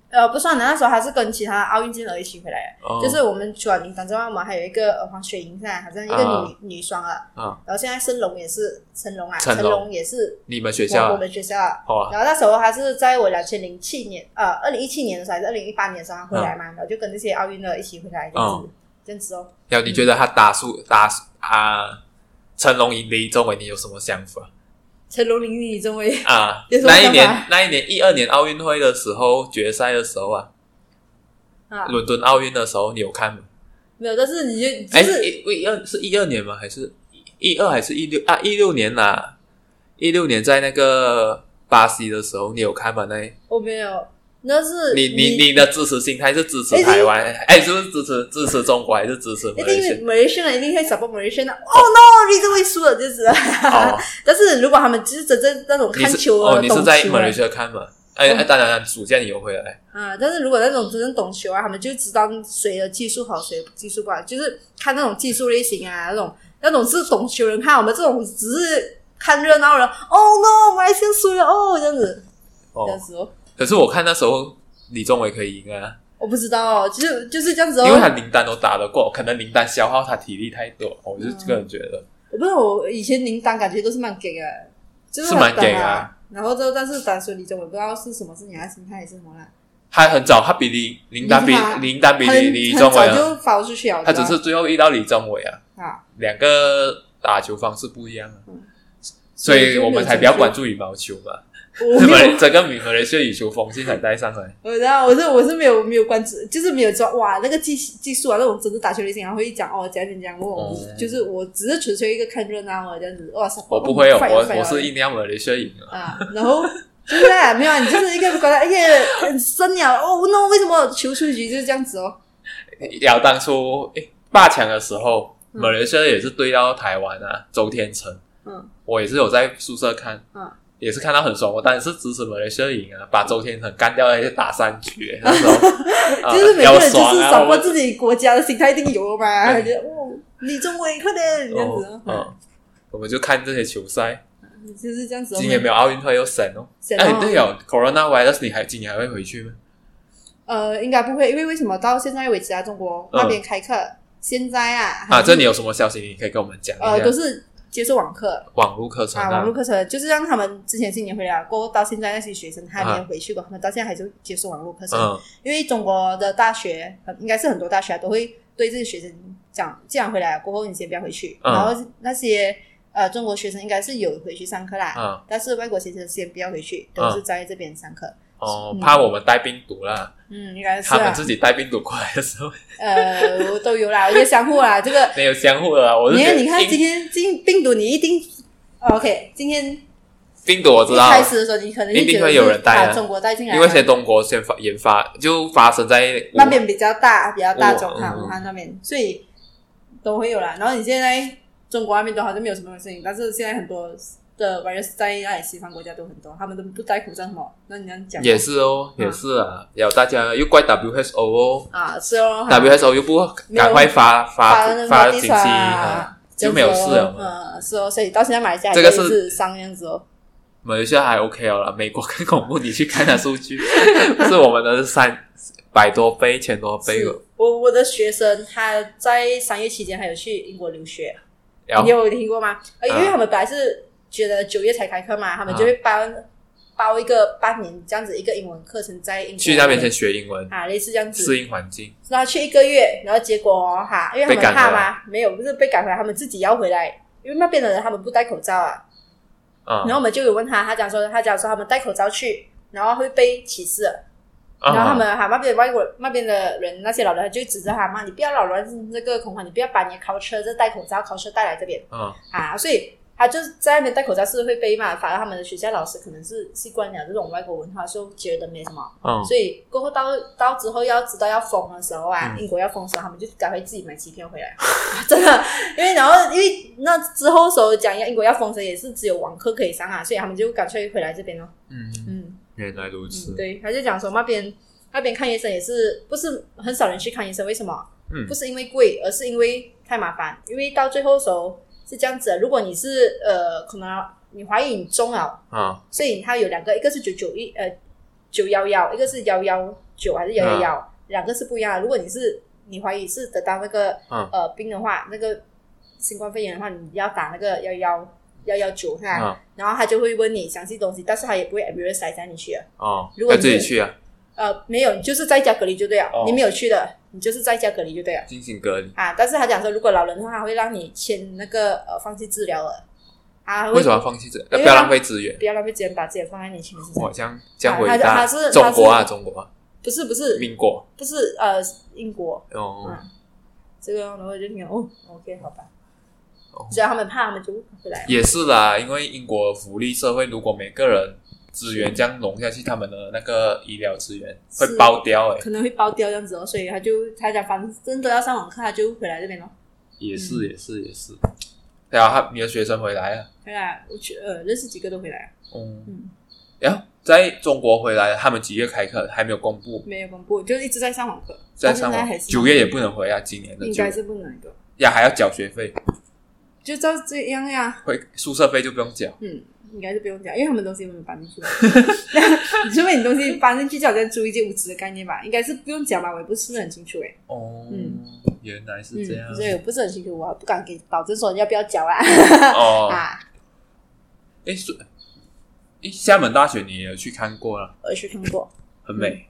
[SPEAKER 2] 呃，不算的，那时候他是跟其他奥运健儿一起回来的。
[SPEAKER 1] 哦，
[SPEAKER 2] 就是我们除了林丹之外，我们还有一个呃黄雪莹噻，好像一个女、
[SPEAKER 1] 啊
[SPEAKER 2] 女双啊，
[SPEAKER 1] 啊，
[SPEAKER 2] 然后现在申龙也是成龙啊，
[SPEAKER 1] 成
[SPEAKER 2] 成
[SPEAKER 1] 龙
[SPEAKER 2] 龙也是
[SPEAKER 1] 你们学
[SPEAKER 2] 我
[SPEAKER 1] 校
[SPEAKER 2] 我
[SPEAKER 1] 啊
[SPEAKER 2] 们学校啊。
[SPEAKER 1] 好啊，
[SPEAKER 2] 然后那时候他是在我两千零七年，呃，二零一七年的时候还是二零一八年的时候他回
[SPEAKER 1] 啊
[SPEAKER 2] 来嘛，然后就跟这些奥运的一起回来这样子，这样子哦。
[SPEAKER 1] 然后你觉得他打输打输啊，成龙赢李宗伟，你有什么想法
[SPEAKER 2] 成龙赢李宗伟，
[SPEAKER 1] 啊
[SPEAKER 2] 有？什么
[SPEAKER 1] 那一
[SPEAKER 2] 想法
[SPEAKER 1] 年那一年一二年奥运会的时候，决赛的时候啊，
[SPEAKER 2] 啊，
[SPEAKER 1] 伦敦奥运的时候你有看吗？
[SPEAKER 2] 没有，但是你就
[SPEAKER 1] 哎，
[SPEAKER 2] 就是
[SPEAKER 1] 一一二是一二年吗？还是一二还是一六啊？一六年呐，一六年在那个巴西的时候，你有看吗？那
[SPEAKER 2] 我没有，那是
[SPEAKER 1] 你你你的支持心态是支持
[SPEAKER 2] 哎
[SPEAKER 1] 台湾，哎，是不是支持支持中国还是支持马
[SPEAKER 2] 一
[SPEAKER 1] 来西
[SPEAKER 2] 定
[SPEAKER 1] 亚？
[SPEAKER 2] 马来西亚人一定会 support 马来西亚的。哦 no，你这会输了就是。
[SPEAKER 1] 哦，
[SPEAKER 2] 但是如果他们就是真正那种
[SPEAKER 1] 你
[SPEAKER 2] 看
[SPEAKER 1] 是
[SPEAKER 2] 球啊，
[SPEAKER 1] 哦，你是
[SPEAKER 2] 懂
[SPEAKER 1] 在
[SPEAKER 2] 球
[SPEAKER 1] 马来
[SPEAKER 2] 啊哦
[SPEAKER 1] 西亚看吗？哎哎，当然了，暑假你有回来，
[SPEAKER 2] 啊，但是如果那种真正懂球啊，他们就知道谁的技术好，谁的技术不好，就是看那种技术类型啊，那种那种是懂球人看，我们这种只是看热闹人。哦 no，马来西亚输了哦，这样子，
[SPEAKER 1] 哦
[SPEAKER 2] 这，样子哦。
[SPEAKER 1] 可是我看那时候李宗伟可以赢啊，
[SPEAKER 2] 我不知道哦，就是就是这样子哦。
[SPEAKER 1] 因为他林丹都打得过，可能林丹消耗他体力太多，哦我就
[SPEAKER 2] 嗯
[SPEAKER 1] 个人觉得，
[SPEAKER 2] 我不知道，我以前林丹感觉都是蛮给的，就是
[SPEAKER 1] 是蛮
[SPEAKER 2] 很懂
[SPEAKER 1] 给的
[SPEAKER 2] 啊
[SPEAKER 1] 啊。
[SPEAKER 2] 然后之后，但是打孙李总，我不知道是什么是你的心态还是什么啦。
[SPEAKER 1] 他很早，他比李林丹比
[SPEAKER 2] 林丹啊
[SPEAKER 1] 林丹比
[SPEAKER 2] 很
[SPEAKER 1] 李李宗伟
[SPEAKER 2] 很早
[SPEAKER 1] 啊，
[SPEAKER 2] 就跑出去了，
[SPEAKER 1] 他只是最后遇到李宗伟啊，
[SPEAKER 2] 啊，
[SPEAKER 1] 两个打球方式不一样啊
[SPEAKER 2] 嗯，
[SPEAKER 1] 所以
[SPEAKER 2] 所以就
[SPEAKER 1] 我们才
[SPEAKER 2] 没有成就
[SPEAKER 1] 比较关注羽毛球嘛，
[SPEAKER 2] 我
[SPEAKER 1] 日
[SPEAKER 2] 没
[SPEAKER 1] 本
[SPEAKER 2] 有，
[SPEAKER 1] 整个马来西亚羽球风气才带上 来，
[SPEAKER 2] 我知道，我是我是没有没有关注，就是没有抓哇那个技技术啊，那种真的打球类型，然后会讲哦讲讲讲，我
[SPEAKER 1] 哦
[SPEAKER 2] 就是我只是纯粹一个看热闹啊这样子，哇塞，
[SPEAKER 1] 我不会哦，
[SPEAKER 2] 快了快
[SPEAKER 1] 我
[SPEAKER 2] 了
[SPEAKER 1] 我是一定要马来西亚赢啊。
[SPEAKER 2] 啊，然后。就是啊，没有啊，你就是一个觉得哎呀，很深了哦，no，为什么球出局就是这样子哦？
[SPEAKER 1] 要当初诶霸强的时候，
[SPEAKER 2] 嗯
[SPEAKER 1] 马来西亚也是对到台湾啊，周天成，
[SPEAKER 2] 嗯，
[SPEAKER 1] 我也是有在宿舍看，
[SPEAKER 2] 嗯，
[SPEAKER 1] 也是看到很爽，我当然是支持马来西亚赢啊，把周天成干掉，还是打三局，那 时候、啊
[SPEAKER 2] 就是每个
[SPEAKER 1] 要
[SPEAKER 2] 人就
[SPEAKER 1] 爽
[SPEAKER 2] 是
[SPEAKER 1] 啊
[SPEAKER 2] 掌握
[SPEAKER 1] 我
[SPEAKER 2] 自己国家的心态，一定有的嘛。
[SPEAKER 1] 对
[SPEAKER 2] 觉得哦，你中国也快点这样子
[SPEAKER 1] 哦
[SPEAKER 2] 哦，
[SPEAKER 1] 嗯，我们就看这些球赛，
[SPEAKER 2] 就是这样子哦。
[SPEAKER 1] 今年没有奥运会又省哦，
[SPEAKER 2] 省哦
[SPEAKER 1] 哎，对哦，Corona virus 你还今年还会回去吗？
[SPEAKER 2] 呃，应该不会，因为为什么到现在为止啊，中国
[SPEAKER 1] 嗯
[SPEAKER 2] 那边开课，现在啊，
[SPEAKER 1] 啊，
[SPEAKER 2] 还是
[SPEAKER 1] 这里有什么消息你可以跟我们讲一下？
[SPEAKER 2] 呃都是接受网课
[SPEAKER 1] 网络课程
[SPEAKER 2] 啊，网络课程，就是让他们之前是年回来过后，到现在那些学生他还没有回去过，他们到现在还是接受网络课程，
[SPEAKER 1] 嗯
[SPEAKER 2] 因为中国的大学，呃应该是很多大学啊都会对这些学生讲，既然回来了过后，你先不要回去，
[SPEAKER 1] 嗯
[SPEAKER 2] 然后那些呃中国学生应该是有回去上课啦，
[SPEAKER 1] 嗯，
[SPEAKER 2] 但是外国学生先不要回去，都是在这边上课，
[SPEAKER 1] 哦
[SPEAKER 2] 嗯，
[SPEAKER 1] 怕我们带病毒啦，
[SPEAKER 2] 嗯，应该是
[SPEAKER 1] 他们
[SPEAKER 2] 啊，
[SPEAKER 1] 自己带病毒过来的时候。
[SPEAKER 2] 呃，我都有啦，我觉得相互啦，这个。
[SPEAKER 1] 没有相互的啊，我是
[SPEAKER 2] 你
[SPEAKER 1] 觉
[SPEAKER 2] 看，
[SPEAKER 1] 得
[SPEAKER 2] 你看，
[SPEAKER 1] 病
[SPEAKER 2] 今天今病毒，你一定哦 OK。今天一
[SPEAKER 1] 病毒我知道，
[SPEAKER 2] 开始的时候，你可能就
[SPEAKER 1] 一定
[SPEAKER 2] 觉得
[SPEAKER 1] 会
[SPEAKER 2] 是
[SPEAKER 1] 有人带啊
[SPEAKER 2] 把中国带进来
[SPEAKER 1] 因
[SPEAKER 2] 嘛，
[SPEAKER 1] 为先中国先发研发，就发生在
[SPEAKER 2] 那边比较大，比较大众
[SPEAKER 1] 我
[SPEAKER 2] 哈，
[SPEAKER 1] 嗯
[SPEAKER 2] 武汉那边，所以都会有啦。然后你现在中国那边都好像没有什么事情，但是现在很多的 virus 在那里西方国家都很多，他们都不戴口罩什么，那你这样
[SPEAKER 1] 我
[SPEAKER 2] 讲
[SPEAKER 1] 也是哦，
[SPEAKER 2] 嗯
[SPEAKER 1] 也是啊，有大家又怪 WHO 哦
[SPEAKER 2] 啊，是哦，哈
[SPEAKER 1] ，WHO 又不赶快发
[SPEAKER 2] 发
[SPEAKER 1] 发
[SPEAKER 2] 那
[SPEAKER 1] 发
[SPEAKER 2] 个
[SPEAKER 1] 信
[SPEAKER 2] notice
[SPEAKER 1] 息啊，
[SPEAKER 2] 啊，
[SPEAKER 1] 就没有事了嘛
[SPEAKER 2] 嗯，是哦，所以到现在马来西亚
[SPEAKER 1] 这个
[SPEAKER 2] 还
[SPEAKER 1] 是
[SPEAKER 2] 是上这样子哦。
[SPEAKER 1] 马来西亚还 OK 了啦，美国更恐怖，你去看下数 据，是我们的三百多倍、千多倍了
[SPEAKER 2] 是。我我的学生他在三月期间还有去英国留学，
[SPEAKER 1] 然
[SPEAKER 2] 你
[SPEAKER 1] 后
[SPEAKER 2] 有听过吗？呃，
[SPEAKER 1] 啊
[SPEAKER 2] 因为他们本来是觉得九月才开课嘛，他们就会包包一个半年这样子一个英文课程在英国
[SPEAKER 1] 去那边先学英文，
[SPEAKER 2] 啊，类似这样子
[SPEAKER 1] 适应环境。
[SPEAKER 2] 然后去一个月，然后结果哦哈，因为他
[SPEAKER 1] 被
[SPEAKER 2] 们
[SPEAKER 1] 赶
[SPEAKER 2] 怕
[SPEAKER 1] 回来
[SPEAKER 2] 嘛，没有，不是被赶回来，他们自己要回来，因为那边的人他们不戴口罩啊。
[SPEAKER 1] 嗯，
[SPEAKER 2] 然后我们就有问他，他讲说，他讲说他们戴口罩去，然后会被歧视的。
[SPEAKER 1] 嗯
[SPEAKER 2] 然后他们哈那边外国那边的人那些老人他就指着他骂，你不要扰乱这个恐慌，你不要把你的 culture 这戴口罩 culture 带来这边
[SPEAKER 1] 嗯，
[SPEAKER 2] 啊，所以。他就是在那边戴口罩是会被骂，反而他们的学校老师可能是习惯了这种外国文化，就觉得没什么。
[SPEAKER 1] 嗯
[SPEAKER 2] 所以过后到到之后要知道要封的时候啊，
[SPEAKER 1] 嗯
[SPEAKER 2] 英国要封的时候，他们就赶快自己买机票回来， 真的，因为然后因为那之后时候讲要英国要封城，也是只有网课可以上啊，所以他们就干脆回来这边咯。
[SPEAKER 1] 嗯，
[SPEAKER 2] 嗯，
[SPEAKER 1] 原来如此
[SPEAKER 2] 嗯。对，他就讲说那边那边看医生也是不是很少人去看医生，为什么？
[SPEAKER 1] 嗯
[SPEAKER 2] 不是因为贵，而是因为太麻烦，因为到最后的时候是这样子的，如果你是呃可能你怀疑你中了。
[SPEAKER 1] 啊，
[SPEAKER 2] 所以它有两个，一个是九九一呃九幺幺，一个是幺幺九还是幺幺幺，两个是不一样的。如果你是你怀疑是得到那个、
[SPEAKER 1] 嗯
[SPEAKER 2] 呃病的话，那个新冠肺炎的话，你要打那个幺幺幺幺九哈，
[SPEAKER 1] 嗯
[SPEAKER 2] 然后他就会问你详细东西，但是他也不会 ambulance 来带你去的。
[SPEAKER 1] 哦，
[SPEAKER 2] 如果
[SPEAKER 1] 要
[SPEAKER 2] 你
[SPEAKER 1] 自
[SPEAKER 2] 是
[SPEAKER 1] 己去啊，
[SPEAKER 2] 呃，没有，你就是在家隔离就对了。
[SPEAKER 1] 哦
[SPEAKER 2] 你没有去的，你就是在家隔离就对了。
[SPEAKER 1] 进行隔离。
[SPEAKER 2] 啊，但是他讲说，如果老人的话，他会让你签那个呃放弃治疗了，啊，
[SPEAKER 1] 为什么要
[SPEAKER 2] 么
[SPEAKER 1] 放弃这？
[SPEAKER 2] 因
[SPEAKER 1] 呃
[SPEAKER 2] 为
[SPEAKER 1] 不要浪费资源。
[SPEAKER 2] 不要浪费时间把自己放在年轻人身上
[SPEAKER 1] 哇，？这样这样
[SPEAKER 2] 啊
[SPEAKER 1] 伟
[SPEAKER 2] 他是
[SPEAKER 1] 大
[SPEAKER 2] 他是，
[SPEAKER 1] 中国
[SPEAKER 2] 他
[SPEAKER 1] 啊，
[SPEAKER 2] 是
[SPEAKER 1] 中国啊，
[SPEAKER 2] 不是不是
[SPEAKER 1] 民国
[SPEAKER 2] 不是呃英国
[SPEAKER 1] 哦
[SPEAKER 2] 嗯这个，然后我就听哦，OK 好吧
[SPEAKER 1] 哦，
[SPEAKER 2] 只要他们怕，他们就回来。
[SPEAKER 1] 也是啦，因为英国福利社会，如果每个人资源这样融下去，他们的那个医疗资源会
[SPEAKER 2] 是
[SPEAKER 1] 爆掉哎、
[SPEAKER 2] 可能会爆掉这样子哦，所以他就他讲反正都要上网课，他就回来这边咯。
[SPEAKER 1] 也
[SPEAKER 2] 嗯
[SPEAKER 1] 是也是也是。对啊，他你的学生回来了，
[SPEAKER 2] 回来，我去呃认识几个都回来了，
[SPEAKER 1] 嗯，
[SPEAKER 2] 嗯，
[SPEAKER 1] 然后在中国回来，他们几月开课还没有公布，
[SPEAKER 2] 没有公布，就一直在上网课，
[SPEAKER 1] 在
[SPEAKER 2] 到现
[SPEAKER 1] 上网
[SPEAKER 2] 还是
[SPEAKER 1] 九月也不能回啊，今年的
[SPEAKER 2] 应
[SPEAKER 1] 九
[SPEAKER 2] 该
[SPEAKER 1] 月
[SPEAKER 2] 是不能的，
[SPEAKER 1] 呀还要缴学费，
[SPEAKER 2] 就照这样呀，
[SPEAKER 1] 会宿舍费就不用缴。
[SPEAKER 2] 嗯。应该是不用讲，因为他们东西没有搬进去嘛。除非你东西搬进去，就好像租一间屋子的概念吧，应该是不用讲吧，我也不是很清楚哎、
[SPEAKER 1] 哦，
[SPEAKER 2] 嗯
[SPEAKER 1] 原来是这样
[SPEAKER 2] 嗯，所以我不是很清楚，我不敢给保证说要不要缴啊。
[SPEAKER 1] 哦。
[SPEAKER 2] 啊，
[SPEAKER 1] 诶，是诶，厦门大学你也有去看过了，
[SPEAKER 2] 我去看过，
[SPEAKER 1] 很美、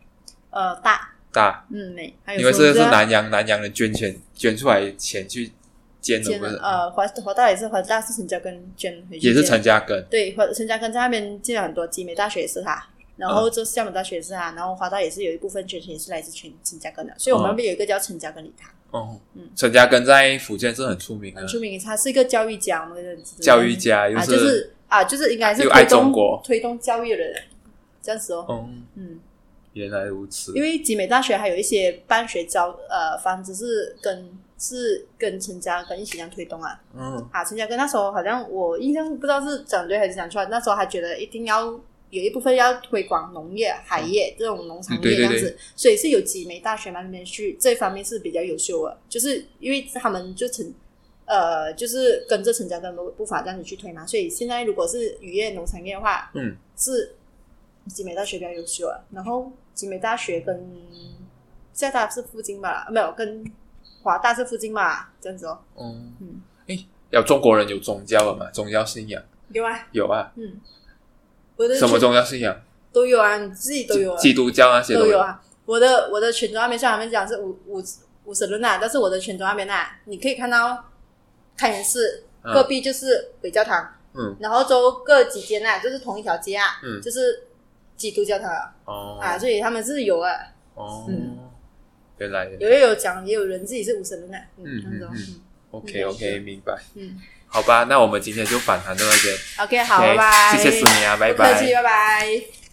[SPEAKER 2] 呃，大，
[SPEAKER 1] 大，
[SPEAKER 2] 嗯，美，还有
[SPEAKER 1] 因为
[SPEAKER 2] 说
[SPEAKER 1] 这个
[SPEAKER 2] 这
[SPEAKER 1] 是
[SPEAKER 2] 个
[SPEAKER 1] 南洋南洋人捐钱捐出来的钱去捐的，
[SPEAKER 2] 捐
[SPEAKER 1] 不
[SPEAKER 2] 了
[SPEAKER 1] 是？
[SPEAKER 2] 呃，华华大也是华大是陈嘉庚捐回去，
[SPEAKER 1] 也是陈，嘉庚，
[SPEAKER 2] 对，华陈嘉庚在那边建了很多集，美大学也是他，然
[SPEAKER 1] 嗯
[SPEAKER 2] 后这厦门大学也是他，然后华大也是有一部分捐钱也是来自陈陈嘉庚的，所以我们
[SPEAKER 1] 哦
[SPEAKER 2] 那边有一个叫陈嘉庚礼堂，
[SPEAKER 1] 哦，
[SPEAKER 2] 嗯
[SPEAKER 1] 陈嘉庚在福建是很出名的
[SPEAKER 2] 很出名，他是一个教育家，我们认知
[SPEAKER 1] 教育家，又
[SPEAKER 2] 啊，
[SPEAKER 1] 是,、
[SPEAKER 2] 就是啊，就是应该是
[SPEAKER 1] 又
[SPEAKER 2] 推
[SPEAKER 1] 爱中
[SPEAKER 2] 动
[SPEAKER 1] 国
[SPEAKER 2] 推动教育的人，这样子哦，
[SPEAKER 1] 嗯，
[SPEAKER 2] 嗯。
[SPEAKER 1] 原来如此
[SPEAKER 2] 因，为集美大学还有一些办学招呃方子是跟是跟陈嘉庚一起这样推动啊
[SPEAKER 1] 嗯
[SPEAKER 2] 啊陈嘉庚那时候好像我印象不知道是讲对还是讲错，啊那时候还觉得一定要有一部分要推广农业、海业这种农产业
[SPEAKER 1] 嗯对
[SPEAKER 2] 这
[SPEAKER 1] 对
[SPEAKER 2] 样子，所以是有集美大学那边去这方面是比较优秀的，就是因为他们就陈呃就是跟着陈嘉庚的步伐这样子去推嘛，所以现在如果是渔业、农产业的话，
[SPEAKER 1] 嗯，
[SPEAKER 2] 是集美大学比较优秀啊。然后集美大学跟厦大是附近吧？没有，跟华大是附近吧？这样子哦，
[SPEAKER 1] 嗯
[SPEAKER 2] 嗯
[SPEAKER 1] 诶，有中国人有宗教的嘛？宗教信仰
[SPEAKER 2] 有啊，
[SPEAKER 1] 有啊，
[SPEAKER 2] 嗯，我的
[SPEAKER 1] 什么
[SPEAKER 2] 群
[SPEAKER 1] 宗教信仰？
[SPEAKER 2] 都有啊，你自己都有啊，
[SPEAKER 1] 基督教那些
[SPEAKER 2] 都有
[SPEAKER 1] 有。
[SPEAKER 2] 啊。我的我的群组那边像他们讲是五五五十轮啊，但是我的群组那边啊，你可以看到开元寺
[SPEAKER 1] 嗯
[SPEAKER 2] 隔壁就是鬼教堂，
[SPEAKER 1] 嗯，
[SPEAKER 2] 然后周各几间啊，就是同一条街啊，
[SPEAKER 1] 嗯
[SPEAKER 2] 就是基督教堂啊，
[SPEAKER 1] 哦
[SPEAKER 2] 啊所以他们是有啊。
[SPEAKER 1] 哦，
[SPEAKER 2] 嗯
[SPEAKER 1] 原来原来
[SPEAKER 2] 有也有讲，也有人自己是无神论的，
[SPEAKER 1] 嗯
[SPEAKER 2] 这样子哦
[SPEAKER 1] 嗯
[SPEAKER 2] 嗯
[SPEAKER 1] OK OK，明白。
[SPEAKER 2] 嗯
[SPEAKER 1] 好吧，那我们今天就访谈到这边。
[SPEAKER 2] ，OK，好，
[SPEAKER 1] OK，
[SPEAKER 2] 拜拜，
[SPEAKER 1] 谢谢思，明啊，拜
[SPEAKER 2] 不
[SPEAKER 1] 拜。
[SPEAKER 2] 客气，拜拜。